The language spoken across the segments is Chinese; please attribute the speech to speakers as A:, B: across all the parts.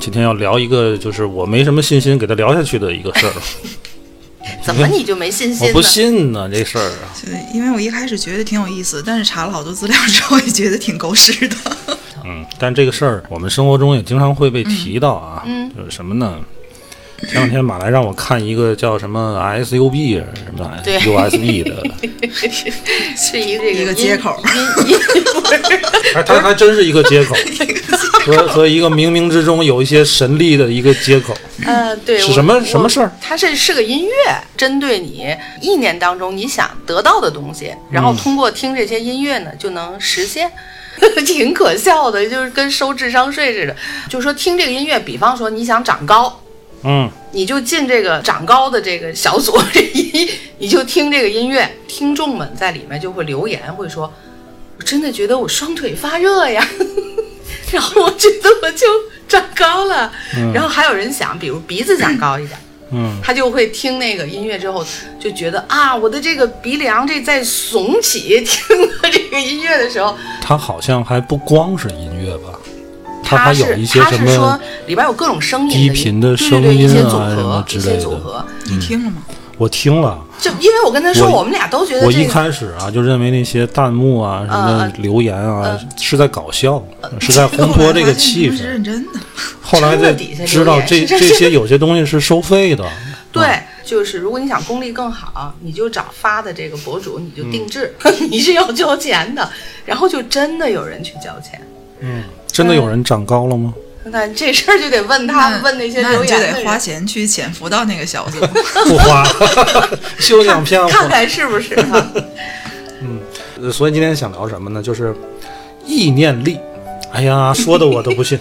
A: 今天要聊一个就是我没什么信心给他聊下去的一 个事儿，
B: 怎么你就没信心
A: 我
B: 呢？
A: 不信呢这事儿啊。
C: 对，因为我一开始觉得挺有意思，但是查了好多资料之后，也觉得挺狗屎的。
A: 嗯，但这个事儿我们生活中也经常会被提到啊。嗯，就是什么呢？前两天马来让我看一个叫什么 SUB 什么
B: 对
A: USB 的，
B: 是一个
C: 一个
B: 音
C: 接口
B: 音音
A: 还它还真是一个接 口，和和一个冥冥之中有一些神力的一个接口。
B: 呃，对，
A: 是
B: 我
A: 什么
B: 我
A: 什么事儿
B: 它是是个音乐，针对你一年当中你想得到的东西，然后通过听这些音乐呢，就能实 现。挺可笑的，就是跟收智商税似的。就说听这个音乐，比方说你想长高，
A: 嗯，
B: 你就进这个长高的这个小组， 这一你就听这个音乐，听众们在里面就会留言，会说：“我真的觉得我双腿发热呀。” 然后我觉得我就长高了。然后还有人想，比如鼻子长高一点，
A: 嗯，
B: 他就会听那个音乐之后就觉得啊，我的这个鼻梁这在耸起。听到这个音乐的时候，
A: 它好像还不光是音乐吧，它
B: 他
A: 还
B: 是
A: 有一些
B: 他
A: 什
B: 是说
A: 么？
B: 里边有各种声音的
A: 低
B: 音
A: 频的
B: 对
A: 声
B: 对对一
A: 音
B: 些
A: 啊
B: 组
A: 什么
B: 合，
A: 之
B: 一
A: 类
B: 些
A: 的
B: 组合。
D: 嗯
C: 你听了吗？
A: 我听了，
B: 就因为我跟他说，
A: 我
B: 我们俩都觉得
A: 我
B: 这
A: 一
B: 个
A: 开始啊就认为那些弹幕啊什么
B: 嗯
A: 留言啊是在搞笑，是在烘托 这个气
C: 我还发现你们是
A: 氛。
C: 认真的。
A: 后来才知道这
B: 真的底下
A: 这
B: 留言
A: 些有些东西是收费的，啊
B: 对，就是如果你想功力更好，你就找发的这个博主，你就定制，
A: 嗯
B: 你是要交钱的。然后就真的有人去交钱，
A: 嗯，真的有人长高了吗？
B: 那这事儿就得问他们，问那些留
C: 你就
B: 言的
C: 得花
B: 人，
C: 钱去潜伏到那个小组。
A: 不花， 休想骗我。
B: 嗯看看是不是哈。
A: 呃所以今天想聊什么呢？就是意念力。哎呀，说的我都不 信。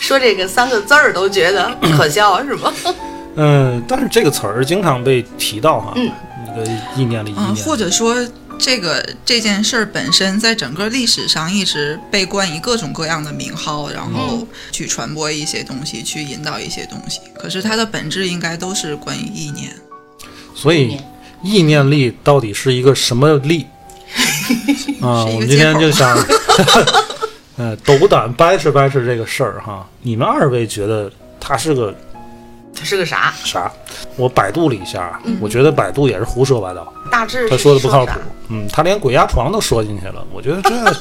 B: 说这个三个字儿都觉 得可笑，是吗？
A: 嗯，但是这个词儿经常被提到哈，
B: 嗯
A: 那个意念力，意念
C: 嗯，
A: 力
C: 或者说这个这件事儿本身在整个历史上一直被冠以各种各样的名号，然
B: 嗯
C: 后去传播一些东西，去引导一些东西。可是它的本质应该都是关于意念。
A: 所以意念力到底是一个什么 力？啊，
C: 是一个
A: 我们今天就 想，呃，斗胆掰扯掰扯这个事儿哈。你们二位觉得它是个
B: 它是个啥？
A: 啥？我百度了一下，啊
C: 嗯
A: 我觉得百度也是胡说八道，
B: 大致
A: 他
B: 是
A: 说的不靠谱
B: 啥。
A: 嗯，他连鬼压床都说进去了，我觉得这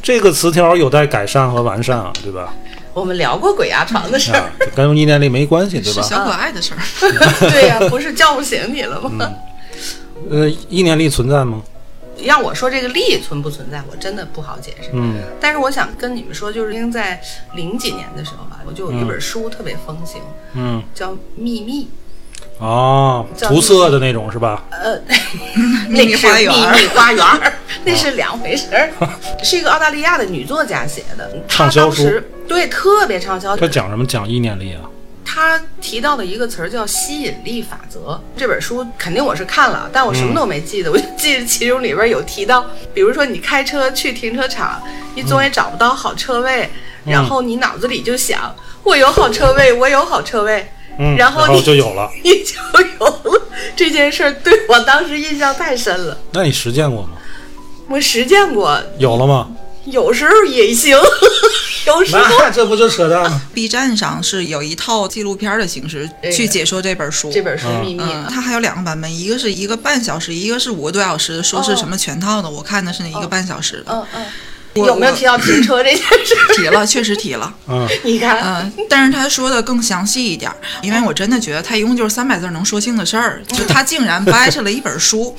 A: 这个词条有待改善和完善啊，对吧？
B: 我们聊过鬼压床的事儿，
A: 啊，跟意念力没关系，对
C: 是
A: 吧？
C: 小可爱的事儿，
B: 啊对呀、不是叫不醒你了吗？
A: 嗯呃，意念力存在吗？
B: 让我说这个力存不存在，我真的不好解释。
A: 嗯
B: 但是我想跟你们说，就是因为在零几年的时候吧，我就有一本书特别风行，
A: 嗯，
B: 叫《秘密
A: 哦，
B: 叫
A: 涂色的那种是吧？》，
B: 呃，
C: 秘密
B: 那是
C: 花园儿
B: 秘密花园 儿，那是两回事儿，是一个澳大利亚的女作家写的，她
A: 畅销
B: 当时对特别畅销。
A: 他讲什么？讲意念力啊？
B: 她提到的一个词儿叫吸引力法则。这本书肯定我是看了，但我什么都没记得，
C: 嗯
B: 我就记得其中里边有提到，比如说你开车去停车场，你总也找不到好车位，
C: 嗯
B: 然后你脑子里就想，我有好车位，我有好车位。
A: 嗯，
B: 然
A: 然
B: 后你
A: 就有了。
B: 你就有了。这件事儿对我当时印象太深了，
A: 那你实践过吗？
B: 我实践过，
A: 有了吗？
B: 有时候也行， 有时候。
A: 这不就扯淡吗？
C: B 站上是有一套纪录片儿的形式
B: 对
C: 去解说这本书。
B: 这本书秘密，
C: 嗯，它还有两个版本，一个是一个半小时，一个是五个多小时，说
B: 哦
C: 是什么全套的，我看的是那一个半小时的。
B: 嗯嗯，
C: 我
B: 有没有提到停车这件事 儿？
C: 提了，确实提了，
A: 嗯，
B: 你看，
C: 嗯，但是他说的更详细一点儿，因为我真的觉得他一共就是三百字儿能说清的事儿，就他竟然掰扯了一本书，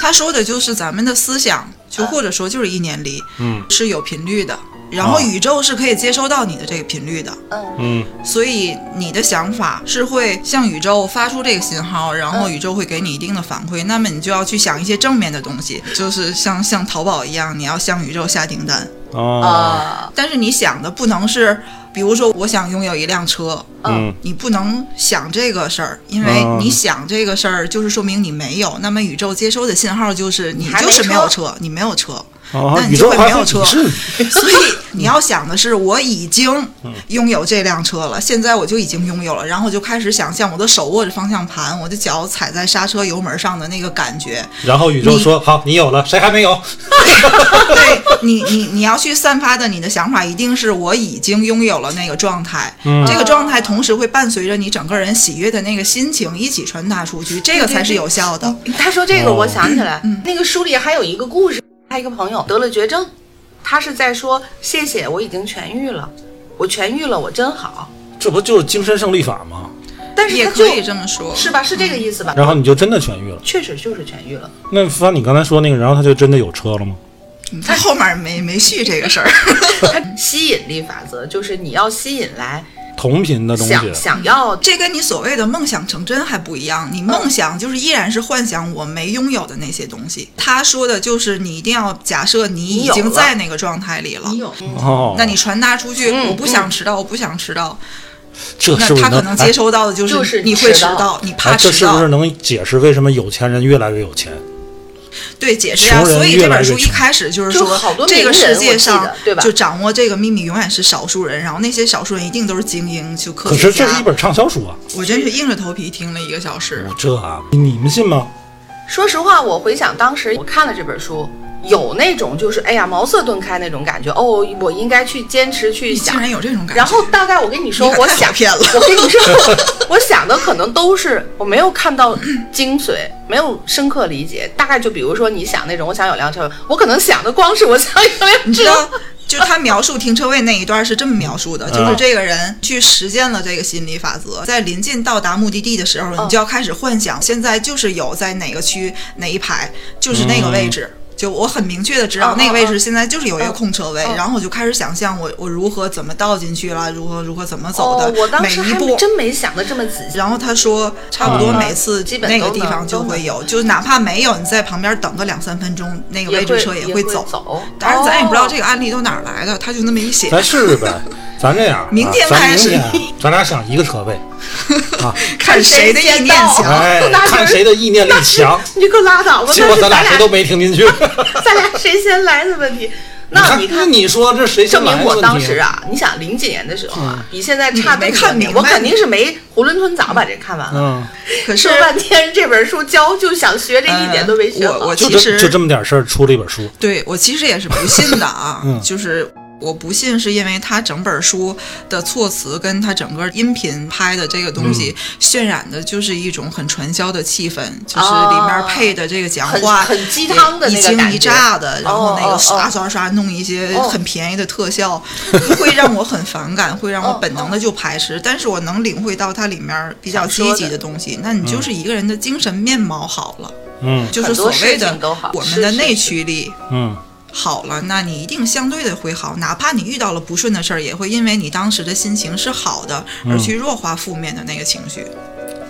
C: 他说的就是咱们的思想，就或者说就是意念力，
A: 嗯，
C: 是有频率的，然后
A: 啊
C: 宇宙是可以接收到你的这个频率的，
B: 嗯
A: 嗯
C: 所以你的想法是会向宇宙发出这个信号，然后
B: 嗯
C: 宇宙会给你一定的反馈。那么你就要去想一些正面的东西，就是像像淘宝一样，你要向宇宙下订单。
A: 啊
B: 啊
C: 但是你想的不能是，比如说我想拥有一辆车，
A: 嗯
C: 你不能想这个事儿，因为
A: 嗯
C: 你想这个事儿就是说明你没有。那么宇宙接收的信号就是你
B: 还没
C: 就是没有
B: 车
C: 车，你没有 车。
A: 啊
C: 那！你
A: 宇
C: 就
A: 宙
C: 会
A: 还
C: 没有
A: 会
C: 车
A: 鄙视你
C: 所以你要想的是，我已经拥有这辆车了，现在我就已经拥有了，然后我就开始想象我的手握着方向盘，我的脚踩在刹车油门上的那个感 觉。
A: 然后宇宙
C: 你
A: 说：“好，你有了，谁还没有
C: 对你，你你要去散发的你的想法，一定是我已经拥有了那个状态。
A: 嗯
C: 这个状态同时会伴随着你整个人喜悦的那个心情一起传达出去，这个才是有效的。
B: 他说这个，
A: 哦
B: 我想起来，那个书里还有一个故事，他一个朋友得了绝症，他是在说谢谢，我已经痊愈了，我痊愈了，我真好。？”
A: 这不就是精神胜利法吗？
B: 但是
C: 也
B: 他就
C: 可以这么说，
B: 是吧？是这个意思吧？
A: 然后你就真的痊愈了。
B: 确实就是痊愈了。
A: 那翻你刚才说那个，然后他就真的有车了吗？
C: 嗯他后面没没续这个事 儿。
B: 它吸引力法则就是你要吸引来
A: 同频的东西，
B: 想想要
C: 这跟你所谓的梦想成真还不一样。你
B: 嗯
C: 梦想就是依然是幻想我没拥有的那些东西。他说的就是你一定要假设你
B: 你
C: 已
B: 有
C: 经
B: 了
C: 在那个状态里了。
B: 有
A: 哦，
C: 那你传达出去，
B: 嗯
C: 我不想迟到，我不想迟到。
A: 这
C: 那
A: 是不
C: 他
A: 是
C: 可
A: 能
C: 能接收到的就
B: 就是是
C: 你会迟
B: 迟到
C: 到，你
A: 哎
C: 怕
A: 哎这
C: 迟
A: 是
C: 到
A: 不是。能解释为什么有钱人越来越有钱？
C: 对，解释呀。
A: 穷人
C: 所以
A: 越
C: 这
A: 来
C: 本
A: 越
C: 书一
A: 穷
C: 开始就是
B: 就
C: 说
B: 好多，
C: 这
B: 名
C: 个世
B: 人我
C: 界
B: 记
C: 上
B: 得对吧
C: 就掌握这个秘密永远是少数人，然后那些少数人一定都是精英，就科
A: 可
C: 学
A: 是这是
C: 家
A: 一。本畅销书啊！
C: 我真是硬着头皮听了一个小时。
A: 我这啊，你们信吗？
B: 说实话，我回想当时我看了这本书，有那种就是哎呀茅塞顿开那种感觉。哦，我应该去坚持去
C: 你竟
B: 想。
C: 然有这种感觉？
B: 然后大概我跟你说，
C: 你可
B: 我
C: 太好
B: 想
C: 骗了
B: 我跟你说，我想的可能都是我没有看到精髓，没有深刻理解。大概就比如说你想那种，我想有辆车，我可能想的光是我想有哦辆
C: 你知
B: 车
C: 道。，就他描述停车位那一段是这么描述的，就是这个人去实践了这个心理法则，在临近到达目的地的时候，
B: 嗯
C: 你就要开始幻想，现在就是有在哪个区哪一排，就是那个位置。就我很明确的知道
B: 嗯
C: 那个位
B: 嗯
C: 置现在就是有一个空车位，
B: 嗯
C: 然后我就开始想象我我如何怎么倒进去了，如何如何怎么走
B: 哦
C: 的，，
B: 我当
C: 每
B: 时
C: 一
B: 还
C: 步
B: 真没想的这么仔细。
C: 然后他说，差不多每次
B: 嗯基本
C: 那
B: 都
C: 个
B: 能
C: 地方就会有，就哪怕没有，你在旁边等个两三分钟，那个
B: 也
C: 位置
B: 会
C: 车也
B: 也
C: 会
B: 会
C: 走。
B: 走
C: 当然，咱也不知道
B: 哦
C: 这个案例都哪儿来的，他就那么一写。
A: 咱试试呗。咱这样啊，
C: 明天
A: 咱
C: 开
A: 明
C: 始
A: 天啊，咱俩想一个车位，
C: 看谁的意念
B: 看
C: 强。
A: 哎
B: 那，就是
A: 看谁的意念力强。
B: 你可拉倒吧！
A: 结果
B: 那是
A: 咱
B: 咱
A: 俩谁都没听进去。
B: 咱俩谁先来的问题。
A: 你
B: 那
A: 看，那
B: 看，
A: 你说这谁先
B: 证
A: 来
B: 明
A: 的
B: 我
A: 问
B: 当
A: 题
B: 时啊，你想零几年的时候啊，比现在差
C: 你没
B: 那么
C: 看
B: 多年
C: 明
B: 我
C: 白
B: 肯定是没囫囵吞枣把这看完了。
A: 嗯，
C: 可是
B: 说半天这本书教就想学这一点都没学
C: 呃
B: 好
C: 我
A: 就
C: 其
A: 这
C: 实
A: 就这么点事儿出了一本书，，
C: 对我其实也是不信的啊
A: 嗯
C: 就是我不信是因为他整本书的措辞跟他整个音频拍的这个东西、渲染的就是一种很传销的气氛，就是里面配的这个讲话
B: 很很鸡汤的
C: 一
B: 那个
C: 惊
B: 感
C: 一
B: 觉
C: 乍的，然后那
B: 哦
C: 个
B: 哦
C: 刷
B: 哦
C: 刷刷弄一些
B: 哦
C: 很便宜的特效，会让我很反 感，会让我
B: 哦
C: 本能的就排斥，但是我能领会到它里面比较
B: 想说
C: 积极
B: 的
C: 的东
B: 哦
C: 西，那你就是一个人的精神面貌好了。
A: 嗯
C: 就是
B: 很
C: 所
B: 多
C: 谓
B: 事
C: 的
B: 情都好
C: 我们
B: 是
C: 的
B: 是
C: 内
B: 是
C: 驱力
A: 嗯，
C: 好了，那你一定相对的会好，哪怕你遇到了不顺的事儿，也会因为你当时的心情是好的而去弱化负面的那个情绪。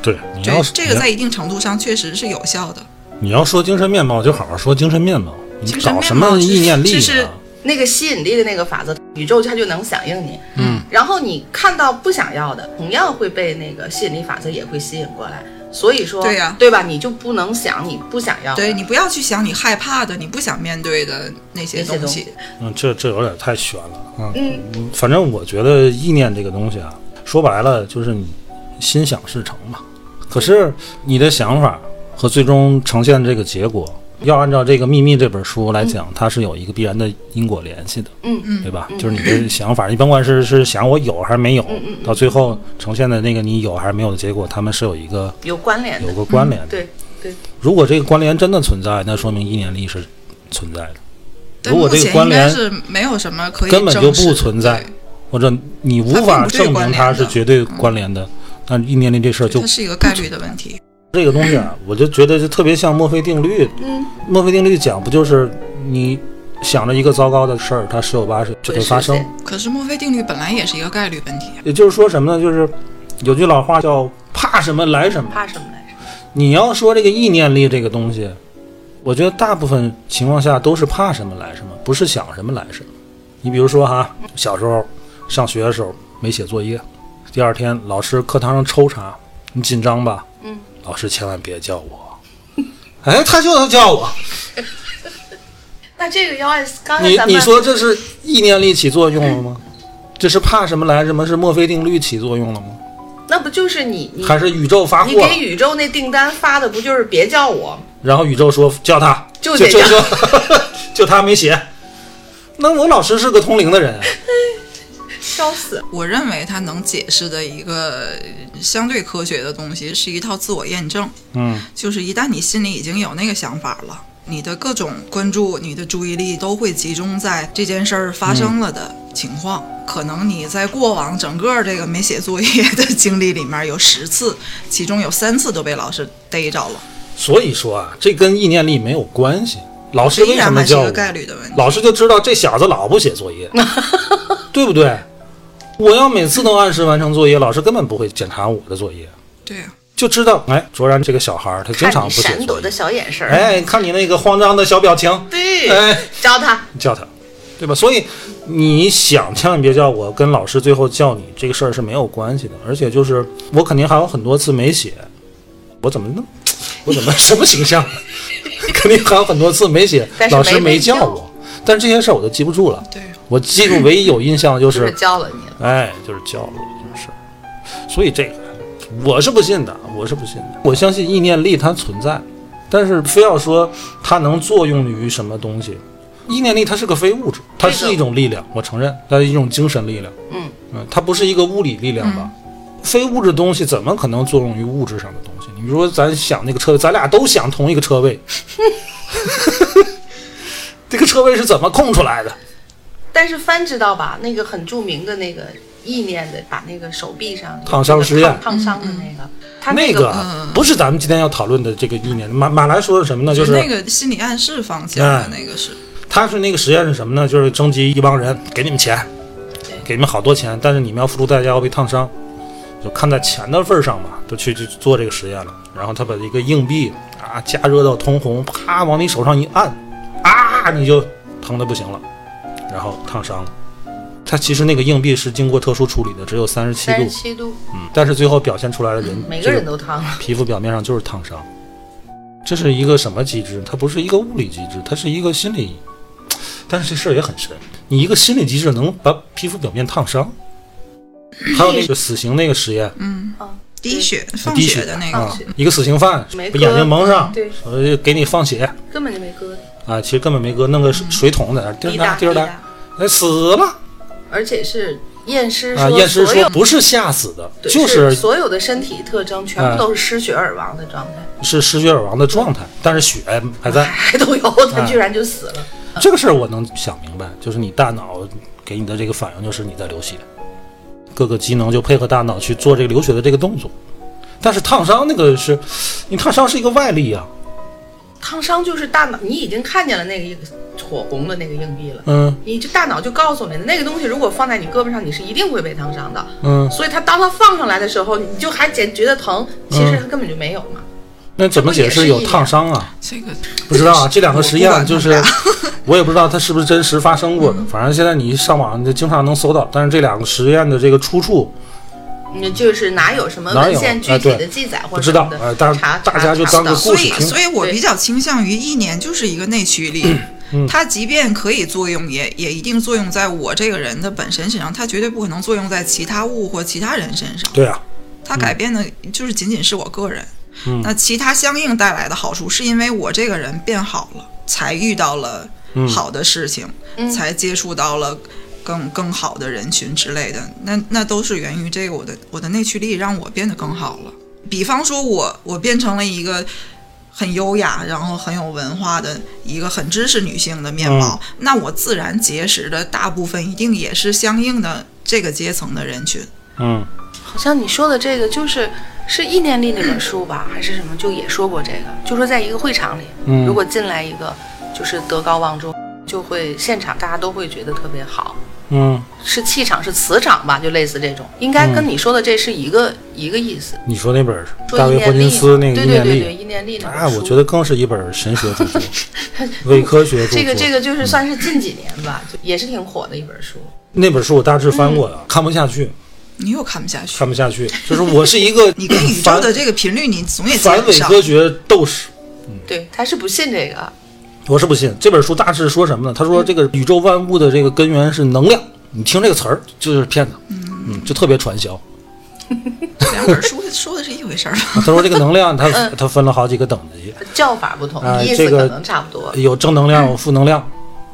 A: 对，嗯你
C: 这
A: 要是
C: 这个在一定程度上确实是有效的。
A: 你要说精神面貌，就好好说精神面貌，你
C: 精神
A: 搞
C: 面
A: 什
C: 貌
A: 么
C: 就是
A: 意念力
C: 就
A: 啊？
C: 是
B: 那个吸引力的那个法则，宇宙它就能响应你。
A: 嗯，
B: 然后你看到不想要的，同样会被那个吸引力法则也会吸引过来。所以说，
C: 对呀
B: 对吧？你就不能想你不想要的，
C: 对你不要去想你害怕的、你不想面对的那些
B: 那些
C: 东
B: 东
C: 西
B: 西。。
A: 嗯，这这有点太悬了啊。
B: 嗯，
A: 反正我觉得意念这个东西啊，说白了就是你心想事成嘛。可是你的想法和最终呈现这个结果，要按照这个《秘密》这本书来
C: 嗯
A: 讲，它是有一个必然的因果联系的。
B: 嗯
A: 嗯，对吧？就是你的想法，你甭管是是想我有还是没有，
C: 嗯
A: 到最后呈现的那个你有还是没有的结果，他们是有一个
B: 有关联
A: 有
B: 的，
A: 个关
C: 嗯
A: 联的。
B: 对对。
A: 如果这个关联真的存在，那说明意念力是存在的。
C: 但
A: 如果
C: 目
A: 这个
C: 前
A: 关
C: 应该
A: 联
C: 是没有什么可以
A: 根本就
C: 证实
A: 不存在
C: 对，
A: 或者你无法证明它是绝对关联的，但意念力这事儿就
C: 它是一个概率的问题。
A: 这个东西啊，我就觉得就特别像墨菲定律。
B: 嗯，
A: 墨菲定律讲不就是你想着一个糟糕的事儿，它十有八九就会发生
B: 会实。
C: 可是墨菲定律本来也是一个概率问题啊，
A: 也就是说什么呢？就是有句老话叫“怕什么来什么”。
B: 怕什么来着？
A: 你要说这个意念力这个东西，我觉得大部分情况下都是怕什么来什么，不是想什么来什么。你比如说哈，小时候上学的时候没写作业，第二天老师课堂上抽查，你紧张吧？
B: 嗯，
A: 老师千万别叫我。哎，他就能叫我，
B: 那这个要按刚才
A: 你
B: 咱们
A: 你说这是意念力起作用了吗？这是怕什么来什么？是墨菲定律起作用了吗？
B: 那不就是你你
A: 还是宇宙发
B: 你
A: 货了？
B: 给宇宙那订单发的不就是别叫我？
A: 然后宇宙说叫他，
B: 就
A: 就
B: 得
A: 就
B: 叫
A: 就 就他没写。那我老师是个通灵的人，
B: 笑死！
C: 我认为它能解释的一个相对科学的东西是一套自我验证，
A: 嗯，
C: 就是一旦你心里已经有那个想法了，你的各种关注、你的注意力都会集中在这件事儿发
A: 嗯
C: 生了的情况。可能你在过往整个这个没写作业的经历里面有十次，其中有三次都被老师逮着了，
A: 所以说啊，这跟意念力没有关系。老师
C: 这依
A: 为什
C: 然
A: 么
C: 还是
A: 叫
C: 一
A: 我
C: 个？概率的问题。
A: 老师就知道这小子老不写作 业，对不对？我要每次都按时完成作业，老师根本不会检查我的作业，
C: 对啊，
A: 就知道哎，卓然这个小孩儿他经
B: 看
A: 常
B: 你
A: 不写
B: 闪
A: 作
B: 躲的
A: 业。
B: 小眼神儿，
A: 哎，看你那个慌张的小表情，
B: 对，
A: 哎，
B: 招他。
A: 叫他，对吧？所以你想千万别叫我，跟老师最后叫你这个事儿是没有关系的。而且就是我肯定还有很多次没写，我怎么 弄？我怎么什么形象？ 肯定还有很多次没写
B: 但，是
A: 老师
B: 没被
A: 叫
B: 叫
A: 我。但是这些事儿我都记不住了，
C: 对啊。
A: 我记住唯一有印象的就是是，
B: 教了你了。
A: 哎，就是叫我这事儿。所以这个我是不信的，我是不信的。我相信意念力它存在，但是非要说它能作用于什么东西，意念力它是个非物质，它是一种力量，我承认，它是一种精神力量。
B: 嗯
A: 嗯，它不是一个物理力量吧？非物质东西怎么可能作用于物质上的东西？你比如说，咱想那个车位，咱俩都想同一个车位， 这个车位是怎么空出来的？
B: 但是帆知道吧？那个很著名的那个意念的，把那个手臂上
A: 烫伤实验
B: 烫烫伤的那个，他
A: 那
B: 个嗯
A: 个啊不是咱们今天要讨论的这个意念。马马来说的什么呢？就是哎
C: 那个心理暗示方向的那个是，
A: 他是那个实验是什么呢？就是征集一帮人，给你们钱，给你们好多钱，但是你们要付出代价，要被烫伤。就看在钱的份儿上吧，就去去做这个实验了。然后他把一个硬币啊加热到通红，啪往你手上一按，啊你就疼的不行了，然后烫伤了。他其实那个硬币是经过特殊处理的，只有三十七
B: 三
A: 度
B: 十，七度，
A: 嗯，但是最后表现出来的人，
B: 每
A: 这
B: 个人都烫了。
A: 皮肤表面上就是烫伤。这是一个什么机制？它不是一个物理机制，它是一个心理。但是这事儿也很深，你一个心理机制能把皮肤表面烫伤？还有那个死刑那个实验，
C: 嗯，
B: 嗯，
C: 滴血放
A: 滴
C: 血
A: 血
C: 的那
A: 啊
C: 个，
B: 血，
A: 一个死刑犯
B: 没
A: 把眼睛
B: 割
A: 蒙上，
B: 对，
A: 呃，就给你放血
B: 根本就没割，
A: 啊，其实根本没割，弄个水水桶在那儿滴儿
B: 嗯滴
A: 答
B: 答
A: 滴儿答，
B: 答，
A: 哎，死了
B: 而且是验尸
A: 啊！
B: 说
A: 验尸
B: 所
A: 说
B: 有
A: 不是吓死的，
B: 对
A: 就是是
B: 所有的身体特征全
A: 哎
B: 部都是失血而亡的状态，
A: 是失血而亡的状态，但是血还在。
B: 还都有，
A: 嗯
B: 他居然就死了。
A: 这个事儿我能想明白，就是你大脑给你的这个反应就是你在流血，各个机能就配合大脑去做这个流血的这个动作。但是烫伤那个是，你烫伤是一个外力啊，
B: 烫伤就是大脑，你已经看见了那个硬火红的那个硬币了。
A: 嗯
B: 你这大脑就告诉你，那个东西如果放在你胳膊上，你是一定会被烫伤的。
A: 嗯，
B: 所以它当它放上来的时候，你就还觉觉得疼，其实它根本就没有嘛。
A: 那怎么解释有烫伤啊？
C: 这个
A: 不知道啊，这两个实
C: 我不管
A: 验
C: 它
A: 就是 我也不知道它是不是真实发生过的，反正现在你上网就经常能搜到，但是这两个实验的这个出处
B: 你就是哪有什么
A: 哪
B: 文
A: 有
B: 献具
A: 哎
B: 体
A: 对
B: 的记载
A: 不
B: 或者
A: 知
B: 什
A: 道
B: 么，的，
A: 呃，大
B: 查
A: 大家就
B: 查
A: 当
B: 不
A: 个
B: 到
A: 故
C: 所
A: 事
C: 以，
A: 听。嗯
C: 所以我
B: 对
C: 比较倾向于意念就是一个内驱力，它即便可以作用，也也一定作用在我这个人的本身身上，它绝对不可能作用在其他物或其他人身上。
A: 对啊，
C: 它改变的就是仅仅是我个人。
A: 嗯
C: 那其他相应带来的好处，是因为我这个人变好了，才遇到了好的事情，
B: 嗯
C: 才接触到了更更好的人群之类的。那那都是源于这个我的我的内驱力让我变得更好了。比方说我我变成了一个很优雅，然后很有文化的一个很知识女性的面貌，那我自然结识的大部分一定也是相应的这个阶层的人群。
A: 嗯，
B: 好像你说的这个就是是《意念力》那本书吧，还是什么？就也说过这个，就说在一个会场里，
A: 嗯
B: 如果进来一个就是德高望重、就会现场大家都会觉得特别好，
A: 嗯，
B: 是气场是磁场吧，就类似这种，应该跟你说的这是一个、一个意思。
A: 你说那本儿
B: 说
A: 大
B: 意
A: 卫霍
B: 念
A: 金
B: 力嘛，
A: 斯那个《意
B: 对对
A: 念
B: 对
A: 力》
B: 对，意念力那本
A: 啊，我
B: 书
A: 觉得更是一本神学著 作，伪科学著作。
B: 这个这个就是算
A: 嗯
B: 是近几年吧，就也是挺火的一本书。
A: 那本书我大致翻过
C: 嗯
A: 了，看不下去，
C: 你又看不下去
A: 看。不下 去。就是我是一个
C: 你跟宇宙的这个频率，你总也接
A: 反
C: 不
A: 伪
C: 上。
A: 科学斗士，
B: 对，他是不信这个，
A: 我是不信。这本书大致说什么呢？他
C: 嗯
A: 说这个宇宙万物的这个根源是能量，你听这个词儿就是骗子，嗯，就特别传销。
C: 两本书 说的是一回事儿吧？
A: 他说这个能量， 它
C: 嗯
A: 它分了好几个等级，
B: 叫法不同，
A: 啊
B: 意思
A: 这个哎
B: 可能差不多。
A: 有正能量，有负能量，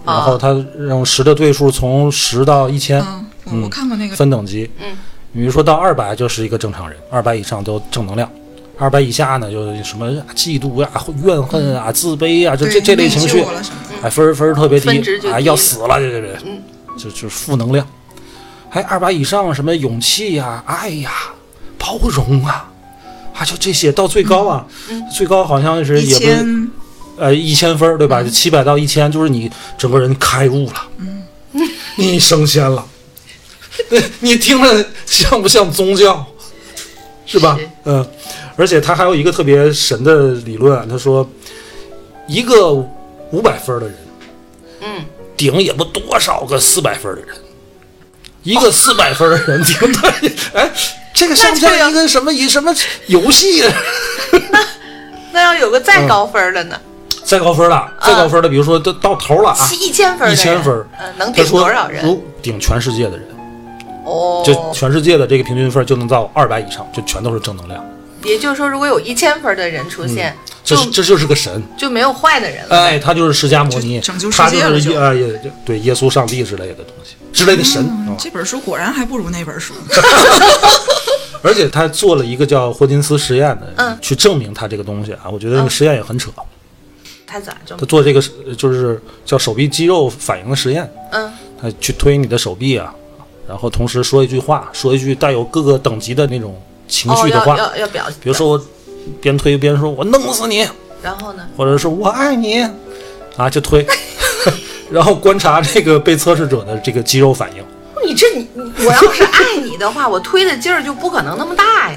A: 然后它用十的对数从十到一千
C: 嗯，我我看过那个，
A: 分等级，
B: 嗯，
A: 比如说到二百就是一个正常人，二百以上都正能量。二百以下呢，就是什么嫉妒呀、怨恨啊、自卑啊，就这
C: 对
A: 这类
C: 内
A: 情
C: 疚
A: 绪，
C: 了什么的
A: 哎，分儿分儿特别
B: 分值
A: 低，
B: 就
A: 啊，
B: 低
A: 要死了，这这这，
B: 嗯
A: 就就是负能量。还二百以上什么勇气呀、爱呀、包容啊，啊，就这些到最高啊，最高好像是
C: 一
A: 也不
C: 千
A: 是呃一千分儿对吧？
B: 嗯
A: 就七百到一千，就是你整个人开悟了，嗯， 你升仙了， 你听着像不像宗教？是吧
B: 是？
A: 嗯，而且他还有一个特别神的理论，他说，一个五百分儿的人，
B: 嗯，
A: 顶也不多少个四百分儿的人，一
B: 哦
A: 个四百分儿的人顶他， 哎，这个像不
B: 那就
A: 像
B: 有
A: 一个什么一什么游戏？
B: 那要有个
A: 嗯
B: 再高分的呢？
A: 再高分儿了，再高分儿的，比如说都到头了啊
B: 是，一千分的人，
A: 一千分儿
B: 呃，能
A: 他
B: 顶
A: 说
B: 多少人？
A: 如顶全世界的人，
B: 哦，
A: 就全世界的这个平均分儿就能到二百以上，就全都是正能量。
B: 也就是说，如果有一千分的人出现，
A: 嗯这
B: 就是
A: 这就是个神，
B: 就没有坏的人了。
A: 哎，他就是释迦牟尼，
C: 就拯救世
A: 他
C: 界了
A: 是
C: 就
A: 耶啊也也对耶稣、上帝之类的东西，之类的神
B: 嗯
A: 啊。
C: 这本书果然还不如那本书。
A: 而且他做了一个叫霍金斯实验的，
B: 嗯
A: 去证明他这个东西啊，我觉得那个实验也很扯。
B: 他咋就
A: 哎他做这个是就是叫手臂肌肉反应的实验，
B: 嗯
A: 他去推你的手臂啊，然后同时说一句话，说一句带有各个等级的那种情
B: 哦
A: 绪的
B: 要
A: 话，
B: 要要表，
A: 比如说我边推边说“我弄死你
B: 然后呢”，
A: 或者说“我爱你”，啊就 推，然后观察这个被测试者的这个肌肉反应。
B: 你这你我要是爱你的话，我推的劲儿就不可能那么大呀。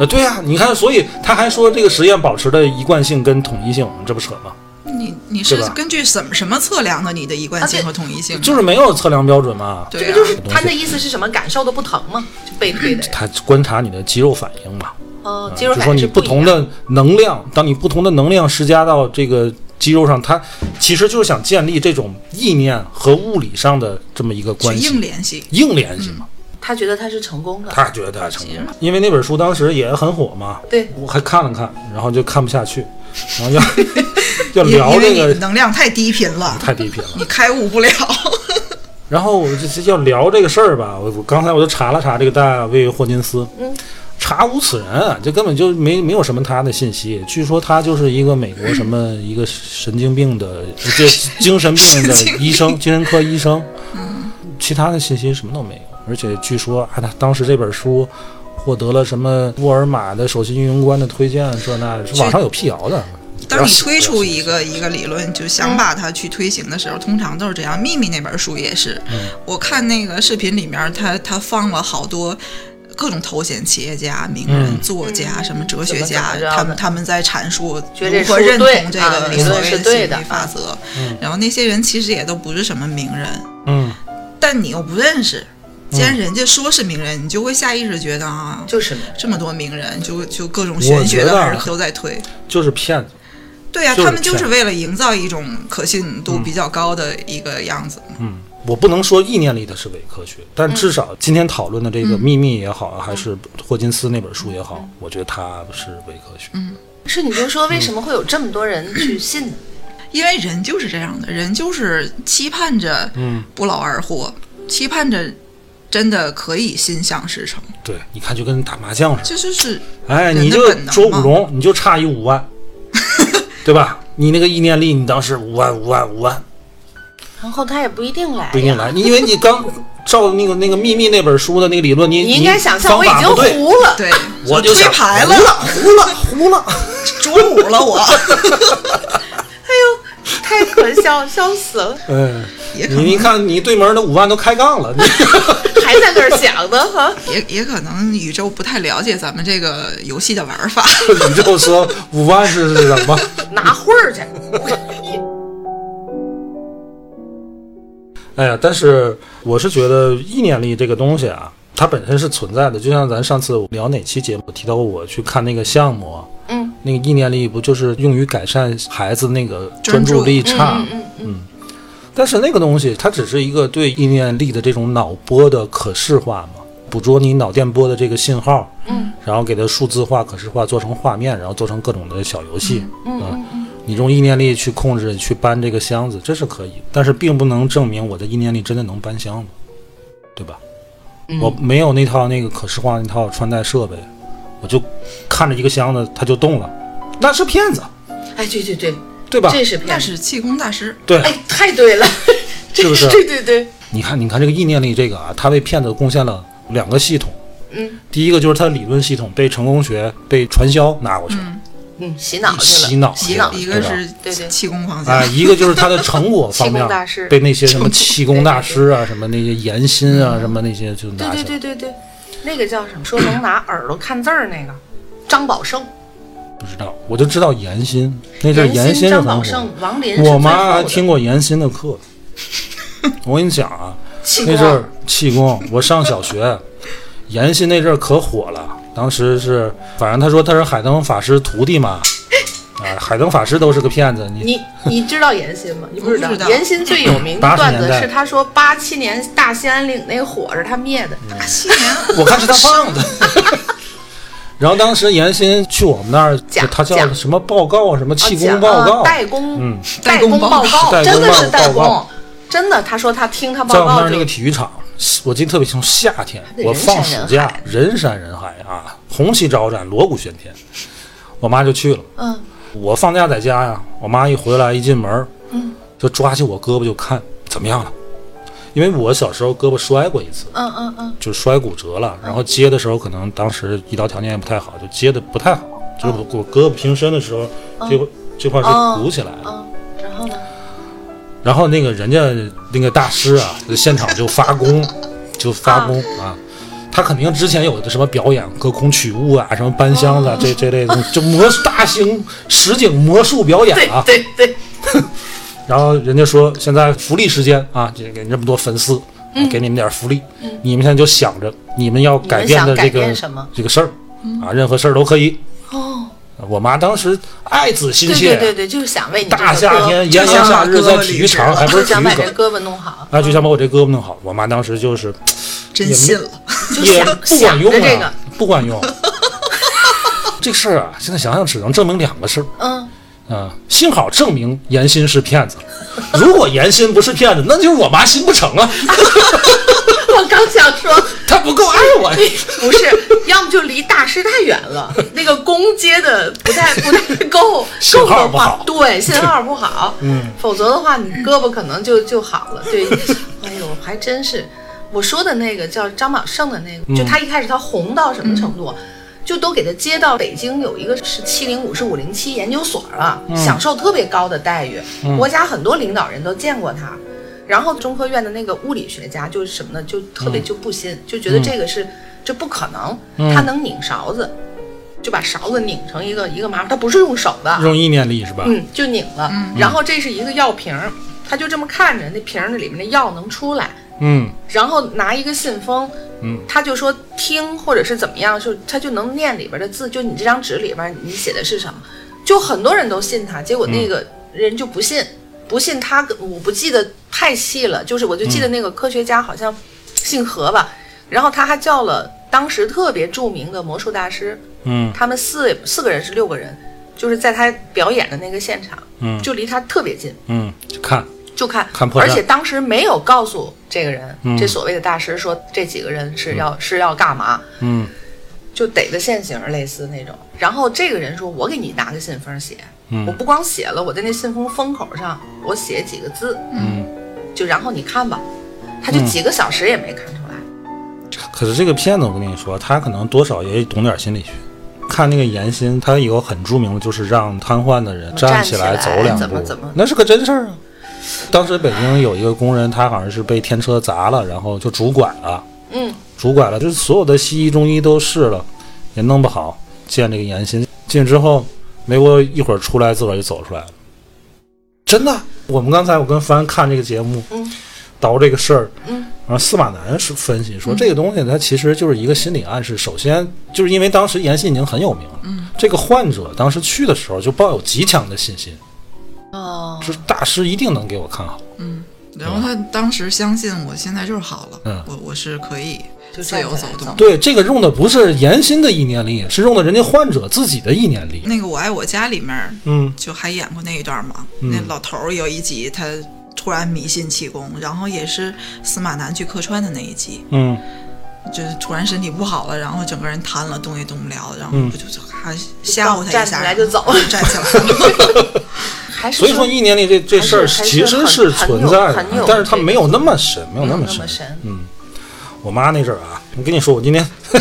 A: 啊，对呀、你看，所以他还说这个实验保持的一贯性跟统一性，这不扯吗？
C: 你你是
A: 嗯对吧
C: 根据什么什么测量的你的一贯性和统一性？
A: 就是没有测量标准嘛，
C: 对
B: 这个
C: 啊
B: 就是他的意思是什么？感受的不疼吗？就被推的人，
A: 他观察你的肌肉反应嘛，
B: 哦，
A: 啊
B: 肌肉
A: 嗯就
B: 感
A: 说你
B: 觉是
A: 不
B: 一
A: 同
B: 样
A: 的能量，当你不同的能量施加到这个肌肉上，它其实就是想建立这种意念和物理上的这么一个
C: 去
A: 关系，
C: 硬联系。
A: 硬联系嘛。
B: 他觉得他是成功的，
A: 他觉得他成功了，因为那本书当时也很火嘛，
B: 对，
A: 我还看了看，然后就看不下去，然后 要要
C: 因
A: 聊
C: 因为
A: 这
C: 你
A: 个
C: 的能量太低频了，
A: 太低频了。
C: 你开悟不了。
A: 然后我就要聊这个事儿吧，我我刚才我就查了查这个大卫霍金斯，
B: 嗯，
A: 查无此人啊，这根本就没没有什么他的信息。据说他就是一个美国什么一个神经病的， 这精神病的医生，精神科医生，
C: 嗯
A: 其他的信息什么都没有。而且据说啊，他当时这本书。获得了什么沃尔玛的首席运营官的推荐，这那的网上有辟谣的。不
C: 当
A: 要
C: 你
A: 信
C: 推
A: 不要
C: 出
A: 信
C: 一个一个理论，就想把它去推行的
A: 嗯
C: 时候，通常都是这样。秘密那本书也是，我看那个视频里面，他他放了好多。各种头衔，企业家、名人、
A: 嗯
C: 作家、什么哲学家
B: 怎么怎么着，的
C: 他们他们在阐述
B: 觉得
C: 如
B: 这
C: 何
B: 书
C: 认
B: 对
C: 同这
B: 啊
C: 个
B: 理论
C: 所谓
B: 是
C: 的
B: 对
C: 吸引
B: 的啊
C: 力法则
A: 嗯。
C: 然后那些人其实也都不是什么名人，
A: 嗯，
C: 但你又不认识。既然人家说是名人，你就会下意识觉得啊，
B: 就是
C: 这么多名人，就就各种
A: 我
C: 玄
A: 觉
C: 学
A: 得
C: 的
A: 啊
C: 玩意儿都在推。
A: 就是骗子。
C: 对呀、啊
A: 就是
C: 他们就
A: 这
C: 是
A: 样
C: 为了营造一种可信度比较高的一个样子。
A: 嗯，我不能说意念力的是伪科学，但至少今天讨论的这
B: 嗯
A: 个秘密也好，啊，还是霍金斯那本书也好，我觉得它是伪科学。
B: 是你就说为什么会有这么多人去信呢？
C: 因为人就是这样的，人就是期盼着
A: 嗯，
C: 不劳而获，期盼着真的可以心想事成，
A: 对，你看就跟打麻将似
C: 这就是
A: 的，
B: 嗯
A: 哎，
C: 人的
A: 你就
C: 本能嘛
A: 捉五龙，你就差一五 万，对吧？你那个意念力，你当时五万、五万、五万
B: 然后他也不一定哎来呀，
A: 不一定来，你因为你刚照那个那个秘密那本书的那个理论，你
B: 你应该想象
A: 方
B: 我已
A: 法
B: 经
A: 不对，
B: 糊了，
C: 对，
A: 我就
C: 推
A: 想
C: 牌了，
A: 糊了糊了，
C: 中午了我，
B: 哎呦，太可笑，笑死了，
A: 嗯，
C: 也可
A: 你一
C: 能
A: 看你对门的五万都开杠了，你
B: 还在那儿想呢哈。
C: 也也可能宇宙不太了解咱们这个游戏的玩法。
A: 你就说五万是什么？
B: 拿会儿去，
A: 哎呀，但是我是觉得意念力这个东西啊，它本身是存在的。就像咱上次聊哪期节目提到过，我去看那个项目，啊
B: 嗯，
A: 那个意念力不就是用于改善孩子那个专注力差？
B: 嗯嗯嗯
A: 但是那个东西它只是一个对意念力的这种脑波的可视化嘛，捕捉你脑电波的这个信号，
B: 嗯，
A: 然后给它数字化、可视化，做成画面，然后做成各种的小游戏，
B: 嗯
A: 啊
B: 嗯嗯，
A: 你用意念力去控制、去搬这个箱子，这是可以，但是并不能证明我的意念力真的能搬箱子，对吧？
B: 嗯
A: 我没有那套那个可视化那套穿戴设备，我就看着一个箱子它就动了，那是骗子，
B: 哎，对对对，
A: 对吧？
B: 这是骗
C: 但
B: 子，
C: 是气功大师，
A: 对，
B: 哎，太对了，
A: 是不是
B: 对对对，
A: 你看，你看这个意念力这个啊，它为骗子贡献了两个系统，
B: 嗯
A: 第一个就是它的理论系统被成功学、被传销拿过去了，
B: 嗯，洗脑去了，
A: 洗脑
B: 洗脑
C: 一个
B: 对
C: 是
B: 对
C: 气功方
A: 啊，
C: 向，
A: 一个就是他的成果
B: 气功
A: 方面
B: 大师
A: 被那些什么气功大师啊、什么那些研心啊、什么那些就
B: 对
A: 拿
B: 对
A: 去
B: 对
A: 了。
B: 对对，那个叫什么？说能拿耳朵看字儿那个，张宝胜，
A: 不知道，我就知道研心，那阵儿
B: 严
A: 心
B: 欣、
A: 是
B: 张宝
A: 很
B: 胜
A: 火。、
B: 王林，
A: 我妈还听过研心的课。 我跟你讲啊，
B: 气
A: 那
B: 功
A: 阵儿气功，我上小 学，研心那阵儿可火了。当时是，反正他说他是海灯法师徒弟 嘛，啊，海灯法师都是个骗子，你
B: 你你知道严欣吗？你不知
C: 我不知道
B: 严欣最有名的
A: 80
B: 段子
A: 年代
B: 是他说八七年大兴安岭那个火是他灭
A: 嗯
B: 的，
C: 七年
A: 我看是他放 的。然后当时严欣去我们那儿
B: 讲，
A: 他叫
B: 讲
A: 什么报告，什么气功
B: 啊讲
A: 报
B: 啊
A: 告，
B: 代工，
A: 嗯，
B: 代
C: 代工
B: 报
C: 报告
A: 代工
B: 真的是
A: 报
B: 代
A: 报
B: 工
A: 告，
B: 真的，他说他听他
A: 在
B: 报
A: 我们那
B: 告
A: 儿那
B: 就
A: 个体育场，我记得特别清楚，夏天
B: 得
A: 我
B: 人
A: 放暑
B: 山人
A: 假
B: 海，
A: 人山人海啊，红旗招展，锣鼓喧天，我妈就去了。
B: 嗯，
A: 我放假在家呀，我妈一回来一进门，嗯，就抓起我胳膊就看怎么样了，因为我小时候胳膊摔过一次，
B: 嗯嗯嗯，
A: 就摔骨折了，然后接的时候可能当时医疗条件也不太好，就接的不太好，就是我我胳膊平伸的时候，这块这块是鼓起来的。
B: 嗯然后呢？
A: 然后那个人家那个大师啊，就现场就发 功，就发功
B: 嗯
A: 啊。他肯定之前有的什么表演、隔空取物啊，什么搬箱
B: 嗯
A: 子、啊、这这类的，就魔术大型实景魔术表演
B: 对
A: 啊。
B: 对对，
A: 然后人家说现在福利时间啊，这给你这么多粉丝，
B: 嗯
A: 啊给你们点福利，你们现在就想着你们要改变的这
B: 你们想改
A: 个
B: 变什么嗯
A: 这个事儿啊，任何事儿都可以。
B: 哦，
A: 我妈当时爱子心
B: 对
A: 切，
B: 对对对，就是想为你这个
A: 大夏
B: 胳
A: 天
C: 就
A: 炎炎
C: 想
A: 夏
C: 把
A: 日，
C: 胳
A: 在
C: 膊
A: 体
C: 理
A: 育
C: 直
A: 场
C: 了
A: 还不是
B: 就
A: 体
B: 想
A: 育
B: 把这
A: 梗，
B: 胳膊弄好，
A: 啊，就想把我这胳膊弄好。我妈当时就是
C: 真信了，
A: 也不
B: 想
A: 管用
B: 想着这个
A: 啊，不管 用。这个事儿啊，现在想想只能证明两个事儿
B: 嗯，
A: 啊、幸好证明严心是骗子，如果严心不是骗子，那就是我妈心不成啊，
B: 我刚想说，
A: 她不够爱我呀。
B: 不是，要么就离大师太远了，那个弓接的不太不太够，
A: 信
B: 够
A: 号
B: 的
A: 不
B: 话
A: 好，
B: 对，信号不好，嗯，否则的话，你胳膊可能就就好了。对，哎呦，还真是，我说的那个叫张宝胜的那
A: 嗯
B: 个，就他一开始他红到什么程度？啊就都给他接到北京有一个是七零五是五零七研究所了，
A: 嗯
B: 享受特别高的待遇，国家很多领导人都见过他。然后中科院的那个物理学家就是什么呢？就特
A: 嗯
B: 别就不信，就觉得这个是这不可能，他能拧勺子，就把勺子拧成一个一个麻，他不是用手的，
A: 用意念力是吧？
B: 嗯，就拧了。然后这是一个药瓶儿，他就这么看着那瓶儿里面的药能出来，
A: 嗯
B: 然后拿一个信封，
A: 嗯，
B: 他就说听或者是怎么样，就他就能念里边的字，就你这张纸里边你写的是什么，就很多人都信他，结果那个人就不信，不信他跟，我不记得太细了，就是我就记得那个科学家好像姓何吧，然后他还叫了当时特别著名的魔术大师，
A: 嗯
B: 他们四四个人是六个人，就是在他表演的那个现场，
A: 嗯
B: 就离他特别近，
A: 嗯，就看
B: 就看，
A: 看破绽
B: 而且当时没有告诉这个人，
A: 嗯
B: 这所谓的大师说这几个人是要、是要干嘛，
A: 嗯
B: 就逮个现行类似那种。然后这个人说：“我给你拿个信封写，
A: 嗯
B: 我不光写了，我在那信封封口上我写几个字，
A: 嗯。
B: 就然后你看吧。”他就几个小时也没看出来，
A: 可是这个骗子，我跟你说，他可能多少也懂点心理学，看那个严心，他有很著名的，就是让瘫痪的人
B: 嗯站
A: 起
B: 起
A: 来
B: 来
A: 走两步，
B: 怎么怎么
A: 那是个真事儿啊。当时北京有一个工人，他好像是被天车砸了，然后就拄拐了，
B: 嗯，
A: 拄拐了，就是所有的西医、中医都试了，也弄不好。见这个严心进去之后，没过一会儿出来，自个儿就走出来了。真的，我们刚才我跟帆看这个节目，
B: 嗯，
A: 倒这个事儿，
B: 嗯，
A: 然后司马南是分析说，这个东西它其实就是一个心理暗示。首先，就是因为当时严信已经很有名了，嗯，这个患者当时去的时候就抱有极强的信心，
B: 哦，
A: 是大师一定能给我看好。
C: 然后他当时相信我现在就是好了，
A: 嗯
C: 我我是可以
B: 就
C: 自由
B: 站起
C: 走
B: 来
C: 动
B: 走。
A: 对，这个用的不是严心的意念力，是用的人家患者自己的意念力。
C: 那个《我爱我家》里面
A: 嗯
C: 就还演过那一段嘛，
A: 嗯
C: 那老头儿有一集他突然迷信气功，然后也是司马南去客串的那一集，
A: 嗯
C: 就是突然身体不好了，然后整个人瘫了，动也动不了，然后
A: 嗯
C: 不就还吓唬他一下，
B: 站起来就走
C: 然后站起来了。
B: 还是
A: 所以说意念力这这事儿
B: 还是还是
A: 其实
B: 很
A: 是
B: 很
A: 存
B: 有
A: 在的啊
B: 很有，
A: 但是它
B: 这个
A: 没有那么深，没有那
B: 没有
A: 么
B: 那么深
A: 嗯，我妈那阵儿啊，我跟你说，我今天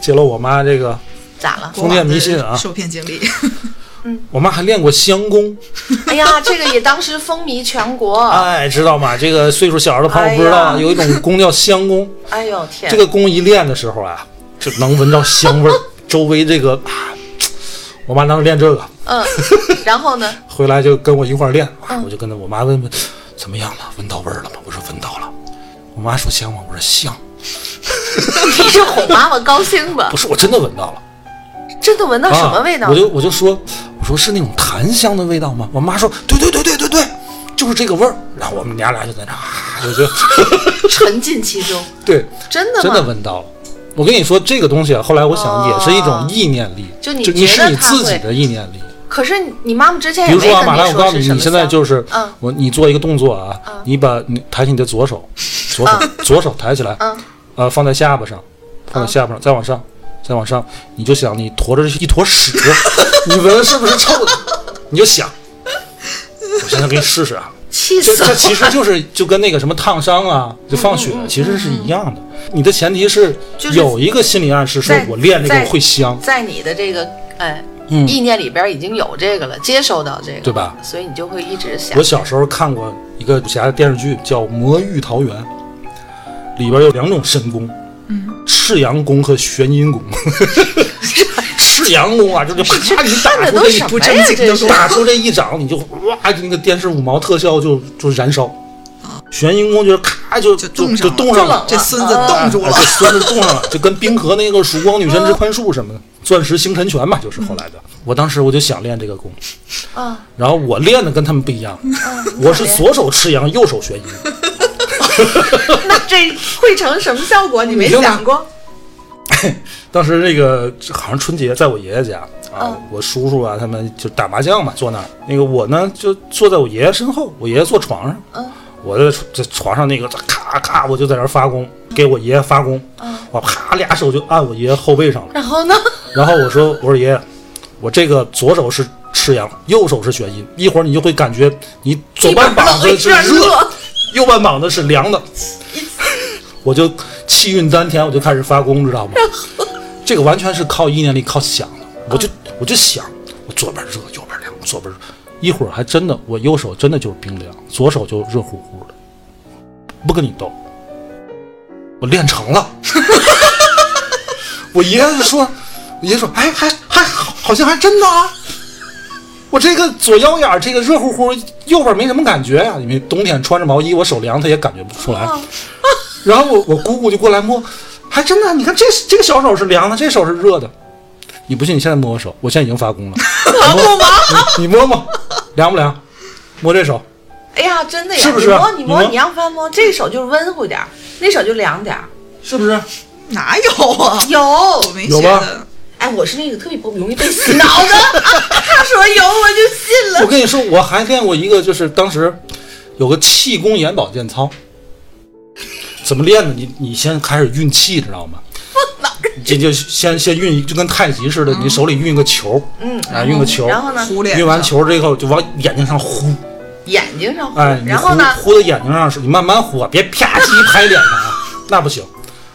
A: 揭露我妈这个，
B: 咋了？
A: 封建迷信啊
C: 受骗经历，
A: 我妈还练过相功，
B: 哎呀，这个也当时风靡全国。
A: 哎，知道吗？这个岁数小的朋友不知道，
B: 啊哎呀
A: 有一种功叫香 功，
B: 哎呦天，
A: 这个功一练的时候啊，就能闻到香味儿，周围这个啊，我妈当时练这个，
B: 嗯，然后呢？
A: 回来就跟我一块儿练，啊
B: 嗯
A: 我就跟她我妈问问怎么样了，闻到味儿了吗？我说闻到了，我妈说香吗？我说香，
B: 你是哄妈妈高兴吧
A: 不？是我真的闻到了。
B: 真的闻到什么味道？
A: 啊？我就我就说，我说是那种檀香的味道吗？我妈说，对对对对对对，就是这个味儿。然后我们娘俩就在那，啊，我就
B: 沉浸其中，
A: 对，
B: 真的吗？哦
A: 真的闻到了。我跟你说这个东西啊，后来我想也是一种意念力，
B: 就
A: 你
B: 你
A: 你
B: 觉
A: 是
B: 得
A: 你
B: 它
A: 自己
B: 会
A: 的意念力。
B: 可是你妈妈之前
A: 比
B: 也
A: 如
B: 哎没跟
A: 说啊，马来，我告诉
B: 是
A: 你，
B: 什
A: 你
B: 么
A: 现在
B: 香
A: 就是
B: 嗯
A: 我，你做一个动作啊，
B: 嗯
A: 你把你抬起你的左手，左手左手抬起来，
B: 嗯
A: 呃，放在下巴上，放在下巴上，再往上，再往上，你就想你驮着一坨 屎，你闻闻是不是臭的？你就想，我现在给你试试啊。
B: 气
A: 这
B: 死
A: 这
B: 我！
A: 其实就是就跟那个什么烫伤啊，就放血
B: 嗯
A: 其实是一样的。你的前提是
B: 就是
A: 有一个心理暗示，说
B: 在
A: 我练这个
B: 在
A: 会香，
B: 在你的这个哎
A: 嗯
B: 意念里边已经有这个了，接收到这个，
A: 对？吧？
B: 所以你就会一直想
A: 我小时候看过一个武侠电视剧叫《魔域桃源》，里边有两种神功，嗯，赤阳功和玄阴功。赤阳功啊，这就啪，你打
B: 看着
A: 出
B: 都
A: 这
B: 什
A: 一
B: 么
A: 不
B: 呀
A: 正经
B: 这
A: 的
B: 是
A: 功，打出这一掌，你就哇，那个电视五毛特效就就燃烧。玄阴功就是咔就
C: 就
A: 就
C: 冻
A: 就
C: 上了
A: 冻上
B: 就冷
A: 了
B: 了，
C: 这孙子冻住了
A: 哎，这孙子冻上了，就跟冰河那个《曙光女神之宽恕》什么的，钻石星辰拳嘛，就是后来的。我当时我就想练这个功，
B: 啊，
A: 然后我练的跟他们不一样，
B: 嗯
A: 我是左手吃羊，右手学医。
B: 那这会成什么效果？你没
A: 你就拿
B: 想过？
A: 当时那个好像春节在我爷爷家啊
B: 嗯，
A: 我叔叔啊他们就打麻将嘛，坐那儿。那个我呢就坐在我爷爷身后，我爷爷坐床上，
B: 嗯
A: 我在床在床上那个咔咔，我就在那儿发功，给我爷爷发功。
B: 嗯
A: 我啪俩手就按我爷爷后背上了，
B: 然后呢？
A: 然后我说我说爷爷，我这个左手是吃阳，右手是悬阴，一会儿你就会感觉你左半膀子是
B: 一边冷一边
A: 热
B: 热，
A: 右半膀子是凉的。 我就气运丹田，我就开始发功，知道吗？这个完全是靠意念力、靠想的。我
B: 嗯
A: 就我就想，我左边热，右边凉，左边热一会儿还真的，我右手真的就是冰凉，左手就热乎乎的。不跟你斗，我练成了。我爷爷说，我爷爷说，哎，还还好，好像还真的啊。我这个左腰眼儿这个热乎乎，右边没什么感觉呀、因为冬天穿着毛衣，我手凉，他也感觉不出来。然后我我姑姑就过来摸，还真的，你看这这个小手是凉的，这手是热的。你不信，你现在摸我手，我现在已经发功了。你摸吗？你摸摸，凉不凉？摸这手，
B: 哎呀，真的呀！
A: 是不是啊
B: 你摸，你
A: 你
B: 摸，
A: 摸
B: 你让翻摸，这手就温乎点儿，那手就凉点儿。
A: 是不是？
C: 哪有啊？
B: 有，
C: 我没
A: 有
C: 觉
A: 吗
C: 得。
B: 哎，我是那个特别不容易被洗脑的。 啊他说有，我就 信
A: 我
B: 了。
A: 跟你说，我还练过一个，就是当时有个气功眼保健操，怎么练呢？你你先开始运气，知道吗？这就先先运，就跟太极似的，你手里运个球，
B: 嗯，
A: 啊，运个球，
B: 然后呢？
C: 糊脸
A: 运完
C: 上
A: 球之后就往眼睛上呼，
B: 眼睛上糊，
A: 哎，你
B: 然后
A: 糊
B: 呢？
A: 糊到眼睛上是，你慢慢糊啊，别啪叽一拍脸上啊，那不行，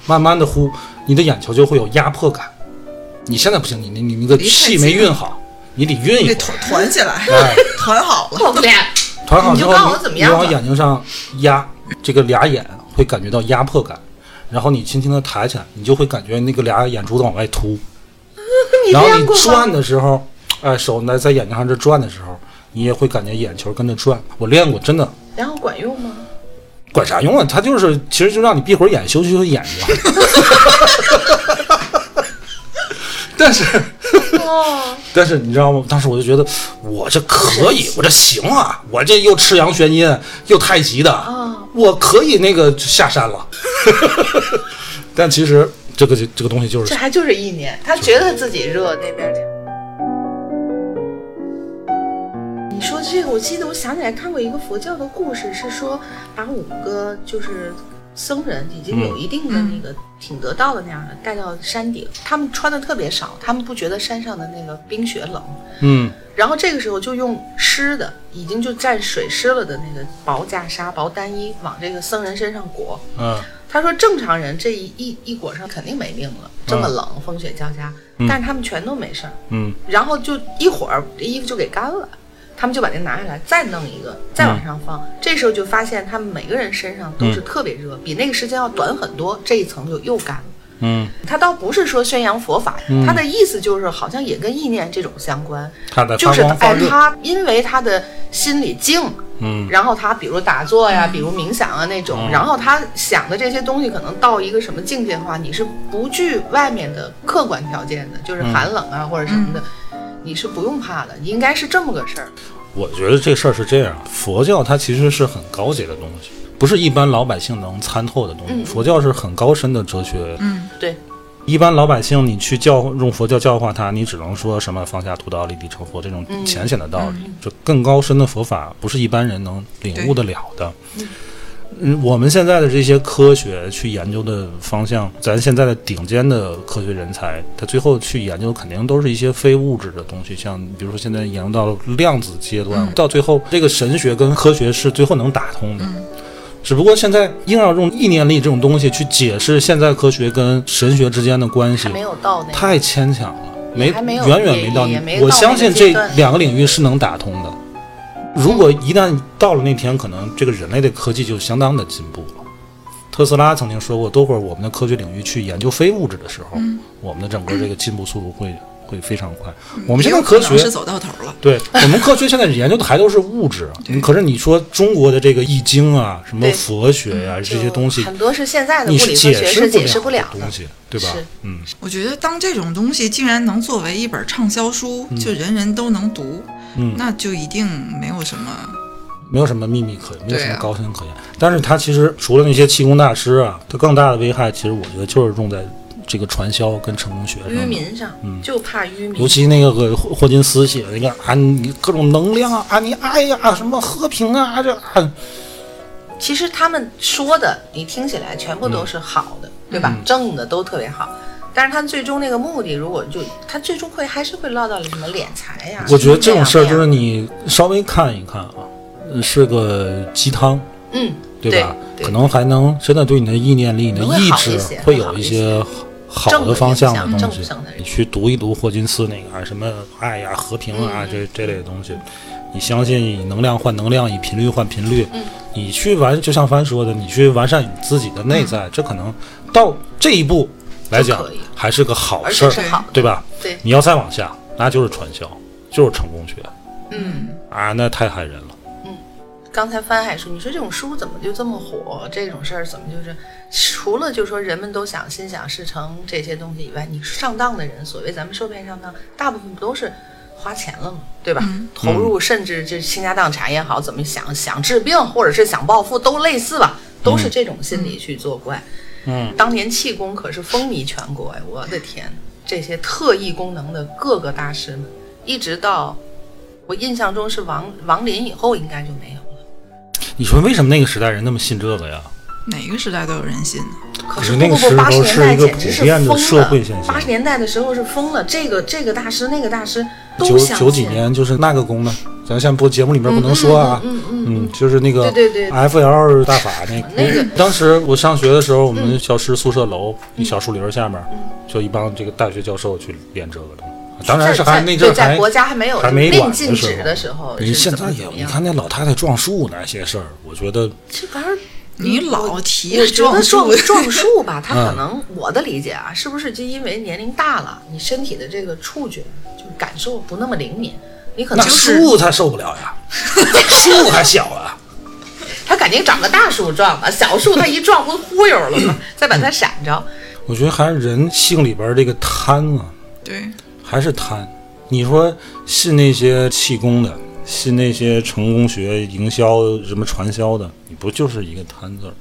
A: 慢慢的糊，你的眼球就会有压迫感，你现在不行，你你你那个
C: 离太
A: 气
C: 近
A: 没
C: 了
A: 运好，你得运一
C: 得
A: 会
C: 团团起来，
A: 儿，哎，
C: 团好了。
B: 我俩
A: 团好之后
B: 你就告诉我怎么
A: 你
B: 样吧
A: 往眼睛上压，这个俩眼会感觉到压迫感，然后你轻轻的抬起来，你就会感觉那个俩眼珠子往外凸，
B: 你
A: 然
B: 这
A: 后
B: 样
A: 你
B: 过
A: 转
B: 吗？
A: 的时候，哎，手来在眼睛上这转的时候，你也会感觉眼球跟着转。我练过，真的。
B: 然后管用吗？
A: 管啥用啊？它就是，其实就让你闭会儿眼，休息休息眼睛。啊 但是，
B: 哦，
A: 但是你知道吗？当时我就觉得，我这可以，我这行啊，我这又赤阳玄阴，又太极的，
B: 哦
A: 我可以那个下山 了。但其实这个这个东西就是
B: 这还就是一年，他觉得自己热那边儿。你说这个，我记得我想起来看过一个佛教的故事，是说把五个就是僧人已经有一定的那个挺得道的那样的带到山顶，他们穿的特别少，他们不觉得山上的那个冰雪冷，
A: 嗯
B: 然后这个时候就用湿的，已经就沾水湿了的那个薄袈裟、薄单衣往这个僧人身上裹。
A: 嗯
B: 他说正常人这一一一裹上肯定没命了，这么冷，风雪交加，但是他们全都没事儿。
A: 嗯
B: 然后就一会儿这衣服就给干了，他们就把那拿下来，再弄一个，再往上
A: 嗯
B: 放。这时候就发现他们每个人身上都是特别热，比那个时间要短很多，这一层就又干了。
A: 嗯，
B: 他倒不是说宣扬佛法，他的意思就是好像也跟意念这种相关，
A: 它在
B: 就
A: 呃发
B: 是
A: 光发
B: 哎，
A: 热，
B: 他因为他的心里静，
A: 嗯
B: 然后他比如打坐呀，比如冥想啊那种，
A: 嗯
B: 然后他想的这些东西可能到一个什么境界的话，你是不惧外面的客观条件的，
A: 嗯
B: 就是寒冷啊、或者什么的，你是不用怕的，应该是这么个事儿。
A: 我觉得这事儿是这样，佛教它其实是很高级的东西，不是一般老百姓能参透的东西。
B: 嗯
A: 佛教是很高深的哲学，
C: 嗯，
B: 对，
A: 一般老百姓你去教用佛教教化他，你只能说什么放下屠刀立地成佛这种
B: 嗯
A: 浅显的道理，这更高深的佛法不是一般人能领悟得了的。嗯，我们现在的这些科学去研究的方向，咱现在的顶尖的科学人才，他最后去研究肯定都是一些非物质的东西，像比如说现在研究到量子阶段，到最后这个神学跟科学是最后能打通的。只不过现在硬要用意念力这种东西去解释现在科学跟神学之间的关系
B: 还，没有到那个。
A: 太牵强了，没
B: 还没有
A: 远远
B: 也
A: 没到
B: 也
A: 你。
B: 没
A: 我
B: 到那
A: 相
B: 个
A: 信
B: 阶
A: 这
B: 段嗯
A: 两个领域是能打通的。如果一旦到了那天，可能这个人类的科技就相当的进步了。特斯拉曾经说过，多会儿我们的科学领域去研究非物质的时候，
B: 嗯
A: 我们的整个这个进步速度会会非常快。
B: 嗯
A: 我们现在
C: 也有
A: 科
C: 可能
A: 学
C: 是走到头了。
A: 对我们科学现在研究的还都是物质，啊可是你说中国的这个易经啊，什么
B: 对嗯
A: 佛学呀、这些东西，
B: 很多是现在的物
A: 你是
B: 理科
A: 解
B: 学
A: 释
B: 是解释
A: 不
B: 不
A: 了
B: 了
A: 的
B: 的
A: 东。西，对吧
B: 是？
A: 嗯
C: 我觉得当这种东西竟然能作为一本畅销书，就人人都能读，
A: 嗯，
C: 那就一定没有什么。
A: 没有什么秘密可言，没有
C: 对
A: 什
C: 啊
A: 么高深可言。但是它其实除了那些气功大师啊，它更大的危害，其实我觉得就是用在这个传销跟成功学
B: 愚
A: 上面。
B: 民上、
A: 嗯
B: 就怕愚民，
A: 尤其那个霍霍金斯写的那个啊，你各种能量啊，啊你爱呀、什么和平啊，啊这啊，
B: 其实他们说的，你听起来全部都是好
A: 嗯
B: 的，对吧？正的都特别好，但是他最终那个目的，如果就他最终会还是会落到什么敛财呀？
A: 我觉得这种事儿就是
B: 什么
A: 你稍微看一看啊，呃是个鸡汤，
B: 这样那样嗯，
A: 对吧？
B: 对
A: 可能还能真的对你的意念力、你的
B: 能会
A: 意
B: 好
A: 志
B: 一些
A: 会
B: 会好
A: 有一
B: 一
A: 些
B: 些
A: 好
B: 正
A: 的
B: 的
A: 方
B: 影
A: 向
B: 响
A: 的东
B: 正
A: 西
B: 向的。
A: 你去读一读霍金斯那个啊，什么爱呀、和平啊，
B: 嗯
A: 这这类的东西。你相信以能量换能量，以频率换频率。
B: 嗯
A: 你去完，就像帆说的，你去完善你自己的内在，这可能到这一步来
B: 嗯就
A: 讲
B: 可以
A: 还是个好
B: 而
A: 事
B: 且
A: 儿，
B: 是好的，
A: 对吧？
B: 对，
A: 你要再往下，那就是传销，就是成功学
B: 嗯。
A: 啊，那太害人了。
B: 刚才帆还说，你说这种书怎么就这么火？这种事儿怎么就是除了就是说人们都想心想事成这些东西以外，你上当的人，所谓咱们受骗上当，大部分不都是花钱了嘛，对吧？
A: 嗯
B: 投入甚至这倾家荡产也好，怎么想想治病或者是想暴富都类似吧，都是这种心理去作怪。
A: 嗯，
B: 当年气功可是风靡全国呀！我的天，这些特异功能的各个大师们，一直到我印象中是王王林以后，应该就没有了。
A: 你说为什么那个时代人那么信这个呀？
C: 哪个时代都有人信呢？
B: 可
A: 是
B: 是
A: 那
B: 不
A: 个
B: 不
A: 时
B: 不，八
A: 候
B: 十
A: 是
B: 年代
A: 一个
B: 简直
A: 普
B: 是
A: 遍
B: 疯
A: 的
B: 了。
A: 社会现象
B: 八十年代的时候是疯了，这个这个大师那个大师都
A: 九
B: 相
A: 九
B: 信
A: 几年就是那个功呢，咱先不节目里面不能说啊，
B: 嗯嗯嗯
A: 嗯，就是那个
B: 对对对
A: F L 大法那个。
B: 那个嗯
A: 当时我上学的时候，我们教师宿舍楼一小树林下面，就一帮这个大学教授去练这个东西。当然是
B: 在
A: 还
B: 在
A: 那阵儿
B: 对在
A: 还
B: 国家还没有
A: 还没
B: 令
A: 管
B: 禁止的时候
A: 你
B: 是
A: 哎现
B: 怎么
A: 在
B: 怎
A: 也
B: 么
A: 你
B: 样
A: 看那老太太撞树那些事儿，我觉得
B: 这 玩意儿。
C: 你老提
B: 嗯我觉得
C: 撞
B: 撞
C: 树
B: 撞 树吧，它可
A: 嗯
B: 能我的理解啊，是不是就因为年龄大了，你身体的这个触觉就是感受不那么灵敏，你可
A: 那
B: 能就是
A: 树她受不了 呀，树还小啊，
B: 他肯定找个大树撞的，小树他一撞不忽悠了 吗？再把它闪着，
A: 我觉得还是人性里边儿这个贪啊，
C: 对，
A: 还是贪。你说信那些气功的，信那些成功学、营销什么传销的，你不就是一个贪字儿吗？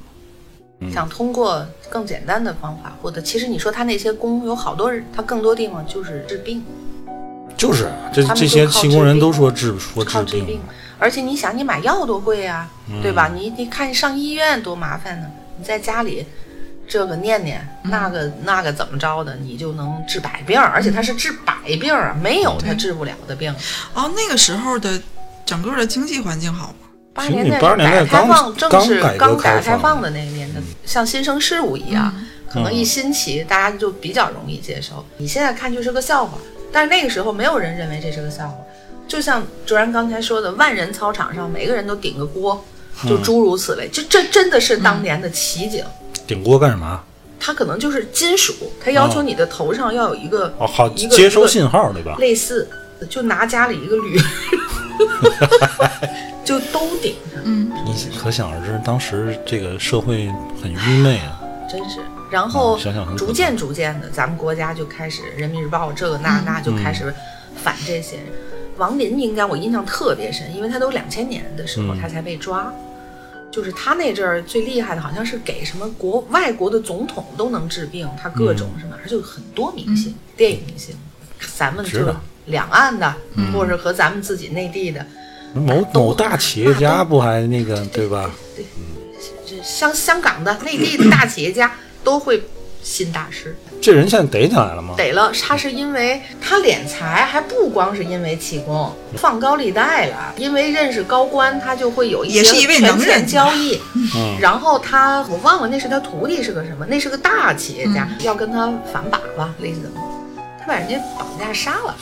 A: 嗯
B: 想通过更简单的方法获得。其实你说他那些功有好多人，他更多地方就是治病，
A: 就是啊这
B: 他们
A: 这
B: 就
A: 些
B: 靠
A: 气
B: 治
A: 功人
B: 病
A: 都说治说治
B: 靠治
A: 病嗯
B: 病。而且你想，你买药多贵啊，对吧？你你看上医院多麻烦呢，你在家里。这个念念，那个那个怎么着的，你就能治百病儿，而且他是治百病儿啊，没
A: 嗯
B: 有他治不了的病。
C: 哦，那个时候的整个的经济环境好吗？
B: 八
A: 其实
B: 十
A: 你
B: 年代
A: 80年代
B: 改革开
A: 刚
B: 放正
A: 刚
B: 是
A: 改革
B: 刚改
A: 开
B: 革开
A: 放嗯
B: 放的那个年代，像新生事物一样，可能一新奇，大家就比较容易接受。你现在看就是个笑话，但是那个时候没有人认为这是个笑话。就像卓然刚才说的，万人操场上每个人都顶个锅，
A: 嗯
B: 就诸如此类，就这真的是当年的奇景。
A: 顶锅干什么？啊
B: 它可能就是金属，它要求你的头上要有一个
A: 嗯哦，好，
B: 一个
A: 接收
B: 一个
A: 信号啊对吧？
B: 类似，就拿家里一个铝， 就都顶上。
A: 你可想而知，当时这个社会很愚昧啊。
B: 真是。然后
A: 嗯想想很可怕
B: 逐渐逐渐的，咱们国家就开始《人民日报》这个
A: 嗯
B: 那那就开始反这些人。王林应该我印象特别深，因为他都两千年的时候
A: 嗯
B: 他才被抓，就是他那阵儿最厉害的，好像是给什么国外国的总统都能治病，他各种
A: 嗯
B: 什么，而且有很多明星，电影明星，咱们就是
A: 知道
B: 两岸的，
A: 嗯
B: 或者和咱们自己内地的，
A: 某某大企业家不还那个对吧？
B: 这香香港的、内地的大企业家都会信大师。
A: 这人现在逮起来了吗？
B: 逮了，他是因为他敛财，还不光是因为气功，放高利贷了，因为认识高官，他就会有一些
C: 也是一位
B: 权
C: 能
B: 钱
C: 人
B: 交易。
A: 嗯
B: 然后他我忘了那是他徒弟是个什么，那是个大企业家，
A: 嗯
B: 要跟他反把吧，类似的，他把人家绑架杀了，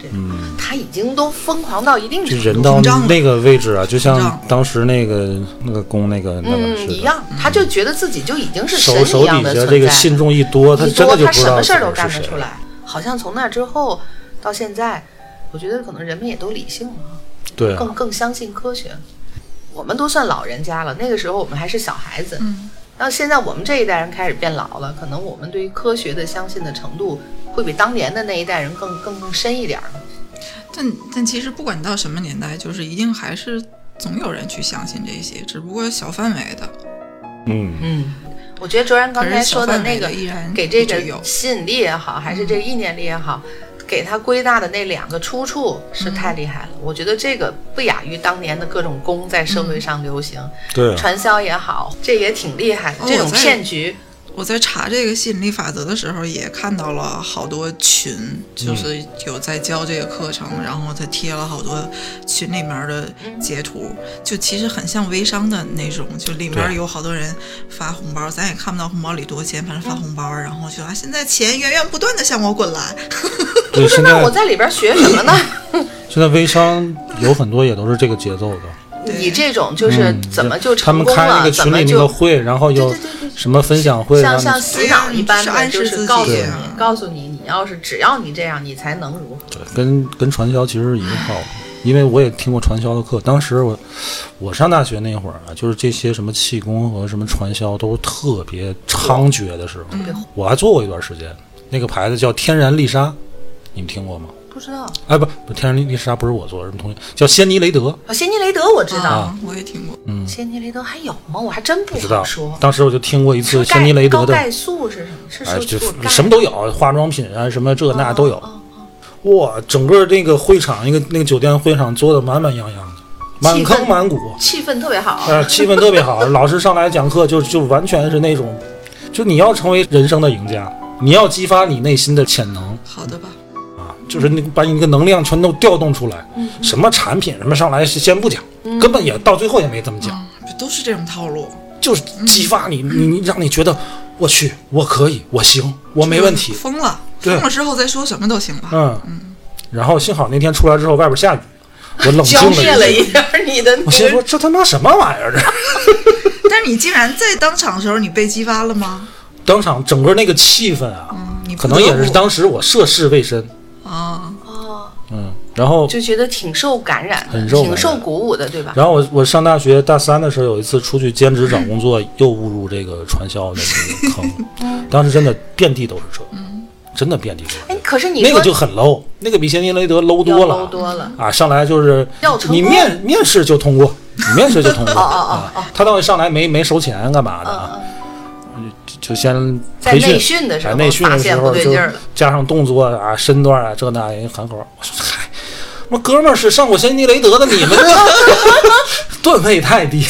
B: 这种、
A: 嗯，
B: 他已经都疯狂到一定
A: 这
B: 程
A: 人
B: 度。
A: 到
C: 膨胀了
A: 那个位置啊，就
C: 膨
A: 像
C: 胀
A: 当时那个那个宫那个那个
B: 嗯，
A: 似
B: 一
A: 的，
B: 样，他就觉得自己就已经是
A: 手
B: 神
A: 手
B: 一样
A: 底
B: 的
A: 下
B: 存在。
A: 这个信众一多，他
B: 一
A: 真
B: 多
A: 的就不
B: 他
A: 知
B: 什
A: 道
B: 么事儿都
A: 自己
B: 干
A: 是
B: 得出
A: 谁。
B: 来。好像从那之后到现在，我觉得可能人们也都理性了啊，
A: 对啊，
B: 更更相信科学。我们都算老人家了，那个时候我们还是小孩子。
C: 嗯，
B: 到现在我们这一代人开始变老了，可能我们对于科学的相信的程度会比当年的那一代人更更更深一点儿。
C: 但但其实不管到什么年代，就是一定还是总有人去相信这些，只不过小范围的。
A: 嗯，
B: 嗯，我觉得卓然刚才说的那个
C: 可是小范围的依然
B: 给这
C: 一直
B: 个
C: 有
B: 吸引力也好，还是这个意念力也好，给它归纳的那两个出处
C: 嗯
B: 是太厉害了。我觉得这个不亚于当年的各种功在社
C: 嗯
B: 会上流行，
A: 对啊，
B: 传销也好，这也挺厉害的。
C: 哦
B: 这种
C: 我在
B: 骗局，
C: 我在查这个吸引力法则的时候，也看到了好多群，
A: 嗯
C: 就是有在教这个课程，然后他贴了好多群里面的截图，就其实很像微商的那种，就里面
A: 对
C: 有好多人发红包，咱也看不到红包里多少钱，反正发红包，然后就啊，现在钱源源不断的向我滚来，
A: 对，现
B: 那我
A: 在
B: 在里边学什么呢？
A: 现在微商有很多也都是这个节奏的。
C: 对
B: 你这种 就是
A: 嗯
B: 怎么
A: 这
B: 就
A: 他
B: 成
A: 们
B: 功
A: 开那
B: 了？
A: 个
B: 怎
A: 群里
B: 么
A: 那个
B: 就
A: 会，然后有
B: 对对对对
A: 什么分享会，啊
B: 像
A: 让
B: 像
A: 你
B: 洗脑一般
C: 对
B: 的，
C: 呀
B: 就
C: 就是是
B: 告诉
C: 暗
B: 你
C: 示自己，
B: 告诉你，你要是只要你这样，你才能如何？
A: 跟跟传销其实是一个套路，因为我也听过传销的课。当时我我上大学那会儿啊，就是这些什么气功和什么传销都是特别猖獗的时候，
B: 别
C: 嗯
B: 火
A: 我还做过一段时间。那个牌子叫天然丽莎，你们听过吗？
B: 不知道。
C: 嗯
A: 哎，不，不，天然丽莎不是我做的，什么同学叫仙妮雷德，
B: 啊，仙尼雷德我知道，
C: 啊，我也听过，
B: 仙尼雷德还有吗？我还真不
A: 不知
B: 好
A: 道
B: 说。。
A: 当时我就听过一次
B: 是
A: 仙妮雷德
B: 高
A: 的，
B: 钙素是什么？是
A: 哎，
B: 说
A: 就
B: 醋钙
A: 什么都有，化妆品啊，什么这那都有。
B: 哦哦
A: 哇，整个那个会场，一个那个酒店会场做的满满洋洋的，满坑满谷，
B: 气氛特别好。
A: 呃，气氛特别好。老师上来讲课就就完全是那种，就你要成为人生的赢家，你要激发你内心的潜能
C: 好的吧，
A: 啊，就是你把你那个能量全都调动出来。
B: 嗯
A: 什么产品什么上来先不讲，根本也到最后也没这么讲，
C: 啊，都是这种套路。
A: 就是激发你，你你让你觉得我去，我可以，我行，我没问题。
C: 疯了，
A: 对
C: 疯了之后再说什么都行了。
A: 嗯，然后幸好那天出来之后外边下雨，我冷静
B: 浇灭
A: 了
B: 了
A: 一
B: 一
A: 下。
B: 下儿你的那
A: 我心
B: 个
A: 说这他妈什么玩意儿？这啊
C: 但是你竟然在当场的时候你被激发了吗？
A: 当场整个那个气氛啊，
C: 嗯，你
A: 可
C: 不得
A: 能也是
C: 不
A: 当时我涉世未深，
C: 啊，
B: 哦，
A: 嗯，然后
B: 就觉得挺受感染的
A: 很，受感染
B: 挺受鼓舞的，对吧？
A: 然后我我上大学大三的时候，有一次出去兼职找工作，又误入这个传销的这个
B: 嗯
A: 坑，当时真的遍地都是车，真的遍地都是车。
B: 哎，可是嗯你
A: 那个
B: 说
A: 就很 low，那个比辛尼雷德 low
B: 要
A: 多
B: 搂
A: 了，
B: 多了
A: 啊！上来就是
B: 嗯要成功
A: 你面面试就通过，你面试就通过
B: 哦
A: 啊！他倒是上来没没收钱干嘛的啊？就就先
B: 嗯在
A: 培训，
B: 内训的时候
A: 哎内训的
B: 发
A: 时
B: 现
A: 候
B: 不对
A: 就
B: 劲儿了
A: 加上动作啊、身段啊这那，人喊口，我说嗨，我哥们儿是上过辛尼雷德的，你们 这 段位太低。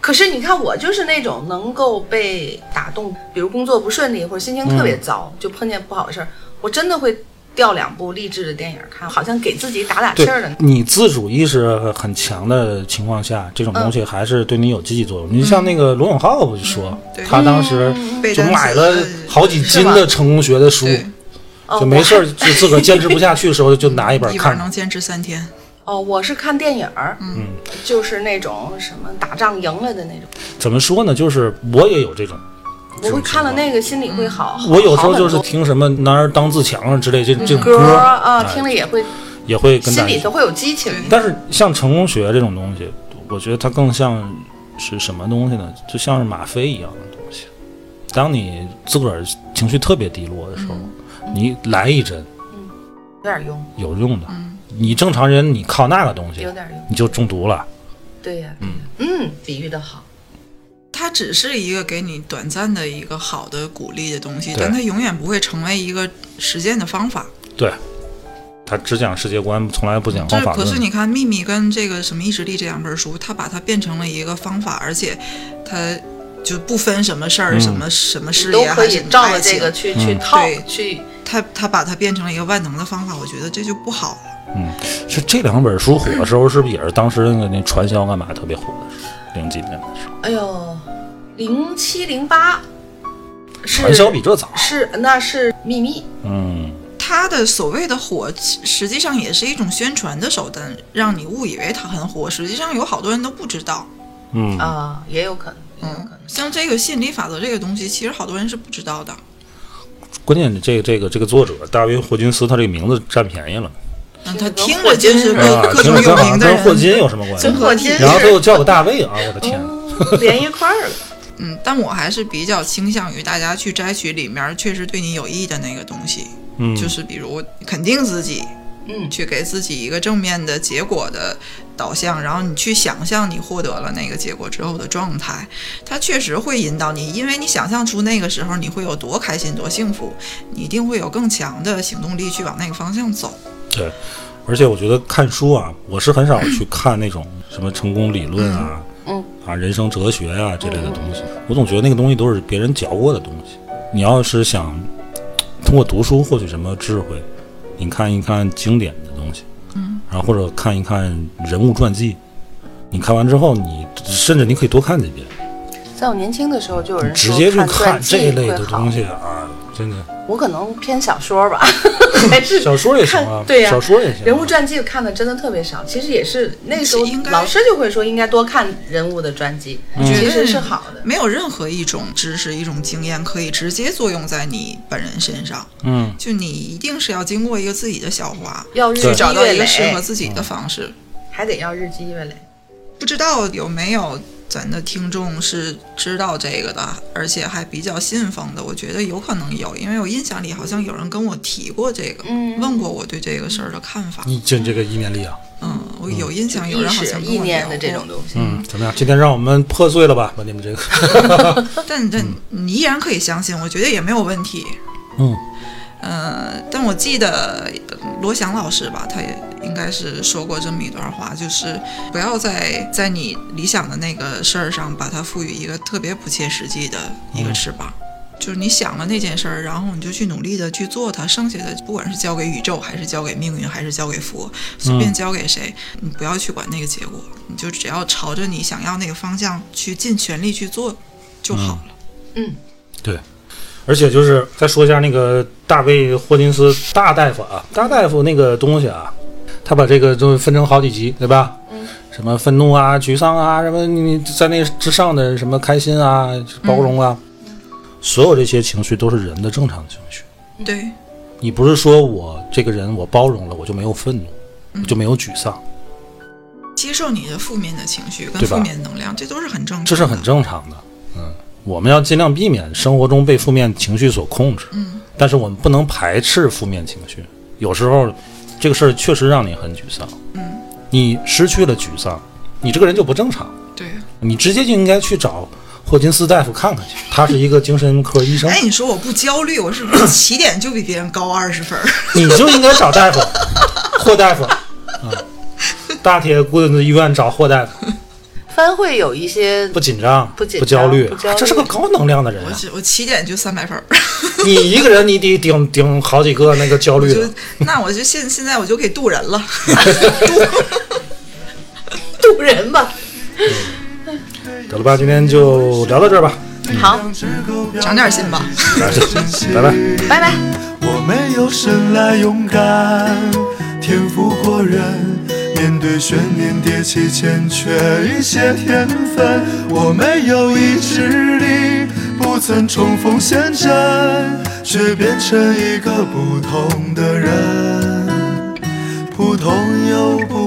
B: 可是你看，我就是那种能够被打动，比如工作不顺利或者心情特别糟，
A: 嗯
B: 就碰见不好的事儿，我真的会调两部励志的电影看，好像给自己打打气
A: 对
B: 儿的。
A: 你自主意识很强的情况下，这种
B: 嗯
A: 东西还是对你有积极作用。你像那个罗永浩不就
B: 嗯
A: 说，
C: 对
A: 他当时
C: 背
A: 就
C: 单词
A: 买了好几斤的成功学的书，
C: 对，
B: 哦，
A: 就没事
B: 我
A: 儿就自个儿坚持不下去的时候就拿 一本
C: 一
A: 看
C: 本。能坚持三天。
B: 哦，我是看电影儿，嗯，就是那种什么打仗赢了的那种，
A: 怎么说呢？就是我也有这种，
B: 我会看了那个心里会好。
A: 我有时候就是
B: 哦好很
A: 听什么“男儿当自强”啊之类这这种
B: 多歌
A: 歌
B: 儿啊，
A: 哎
B: 听了也会
A: 也会跟大
B: 心
A: 家
B: 里头会有激情。
A: 但是像成功学这种东西，我觉得它更像是什么东西呢？就像是吗啡一样的东西。当你自个儿情绪特别低落的时候，
B: 嗯
A: 你来一针
B: 有点用，
A: 有用的。
C: 嗯
A: 你正常人你靠那个东西
B: 有，点用，
A: 你就中毒了。
B: 对呀、嗯嗯，比喻的好，
C: 它只是一个给你短暂的一个好的鼓励的东西，
A: 对
C: 但它永远不会成为一个实践的方法。
A: 对，他只讲世界观，从来不讲
C: 这
A: 方法
C: 可
A: 论。
C: 是你看《秘密》跟这个什么《意志力》这两本书，它把它变成了一个方法，而且它就不分什么事儿、
A: 嗯
C: 什么什么事
B: 都
C: 业
B: 可
C: 还是
B: 以
C: 什么
B: 照
C: 爱
B: 着这
C: 情，
B: 个去去
A: 嗯
B: 套
C: 对
B: 去。
C: 它它把它变成了一个万能的方法，我觉得这就不好了。
A: 是这两本书火的时候，是不是也是当时那个那传销干嘛特别火的时候？零几年的时候，
B: 哎呦，零七零八是
A: 传销比这早。
B: 是那是秘密，
A: 嗯，
C: 它的所谓的火，其实际上也是一种宣传的手段，让你误以为它很火，实际上有好多人都不知道。
A: 嗯
B: 啊、也有可能，也有可能。
C: 像这个吸引力法则这个东西，其实好多人是不知道的。
A: 关键这个这个这个作者大卫霍金斯，他这个名字占便宜了。
C: 嗯，他听着就是
A: 啊
C: 嗯各，各
A: 听
C: 种
A: 着跟
C: 有
A: 好像
C: 名啊的
A: 跟霍
C: 人。
A: 金有什么关系？
B: 跟霍金
A: 然后他又叫个大卫啊，我的天！
B: 哦连一块儿了，
C: 嗯，但我还是比较倾向于大家去摘取里面确实对你有益的那个东西，
A: 嗯，
C: 就是比如肯定自己，
B: 嗯，
C: 去给自己一个正面的结果的导向，然后你去想象你获得了那个结果之后的状态，它确实会引导你，因为你想象出那个时候你会有多开心、多幸福，你一定会有更强的行动力去往那个方向走。
A: 对。而且我觉得看书啊，我是很少去看那种什么成功理论啊、
B: 嗯
A: 啊人生哲学啊这类的东西。我总觉得那个东西都是别人嚼过的东西。你要是想通过读书获取什么智慧，你看一看经典的东西，嗯，然后或者看一看人物传记。你看完之后，你甚至你可以多看几遍。
B: 在我年轻的时候就有人
A: 直
B: 说
A: 接去
B: 传
A: 看
B: 记
A: 这类的
B: 会好
A: 东西啊，真的
B: 我可能偏小 说吧，还是
A: 小说也行啊
B: 看，对呀、
A: 小说也行啊、
B: 人物传记看的真的特别少，其实也是那时候
C: 应该
B: 老师就会说应该多看人物的传记，
A: 嗯
B: 其实是好的。
C: 嗯没有任何一种知识、一种经验可以直接作用在你本人身上，
A: 嗯，
C: 就你一定是要经过一个自己的消化，
B: 要日积
C: 去找到
B: 月
C: 一个适合
B: 累，
C: 自己的方
B: 嗯
C: 式。
B: 还得要日积月累。
C: 不知道有没有咱的听众是知道这个的，而且还比较信奉的。我觉得有可能有，因为我印象里好像有人跟我提过这个，
B: 嗯
C: 问过我对这个事儿的看法。
A: 你这这个意念力啊，
C: 嗯，我有印象有
B: 意
C: 人好
B: 识、
C: 像跟
B: 意
C: 我
B: 念
C: 聊过
B: 的这种东西，
A: 嗯，怎么样？今天让我们破碎了吧，把你们这个，
C: 但
B: 嗯
C: 但你依然可以相信，我觉得也没有问题。
A: 嗯，
C: 呃，但我记得呃罗翔老师吧，他也应该是说过这么一段话，就是不要在在你理想的那个事儿上，把它赋予一个特别不切实际的一个翅膀。就是你想了那件事儿，然后你就去努力的去做它，剩下的不管是交给宇宙，还是交给命运，还是交给佛，随便交给谁，你不要去管那个结果，你就只要朝着你想要那个方向去尽全力去做就好了。
A: 而且就是再说一下那个大卫霍金斯大大夫啊，大大夫那个东西啊，他把这个就分成好几集，对吧？
B: 嗯。
A: 什么愤怒啊、沮丧啊，什么你在那之上的什么开心啊、包容啊，所有这些情绪都是人的正常情绪。
C: 对，
A: 你不是说我这个人我包容了，我就没有愤怒，我就没有沮丧，
C: 接受你的负面的情绪跟
A: 对吧
C: 负面能量，这都是很正常的，
A: 这是很正常的。嗯，我们要尽量避免生活中被负面情绪所控制。
C: 嗯，
A: 但是我们不能排斥负面情绪。有时候，这个事儿确实让你很沮丧。
C: 嗯，
A: 你失去了沮丧，你这个人就不正常。
C: 对。
A: 你直接就应该去找霍金斯大夫看看去，他是一个精神科医生，
C: 哎，你说我不焦虑，我是不是起点就比别人高二十分儿？
A: 你就应该找大夫，霍大夫啊，大铁棍子医院找霍大夫，
B: 帆会有一些
A: 不紧张，
B: 不紧张
A: 焦虑，啊
B: 不焦虑
A: 这是个高能量的人
C: 我
A: 啊！
C: 只我起点就三百分儿，
A: 你一个人你得顶顶好几个那个焦
C: 我
A: 虑
C: 就
A: 的，
C: 那我就现现在我就可以渡人 了。
B: 渡人吧。
A: 得了吧，今天就聊到这儿吧，
B: 好，
C: 长点心吧。
A: 拜拜。
B: 拜拜。
E: 我没有生来勇敢，天赋过人，面对悬念迭起，欠缺一些天分。我没有意志力，不曾冲锋陷阵，却变成一个不同的人，普通又不。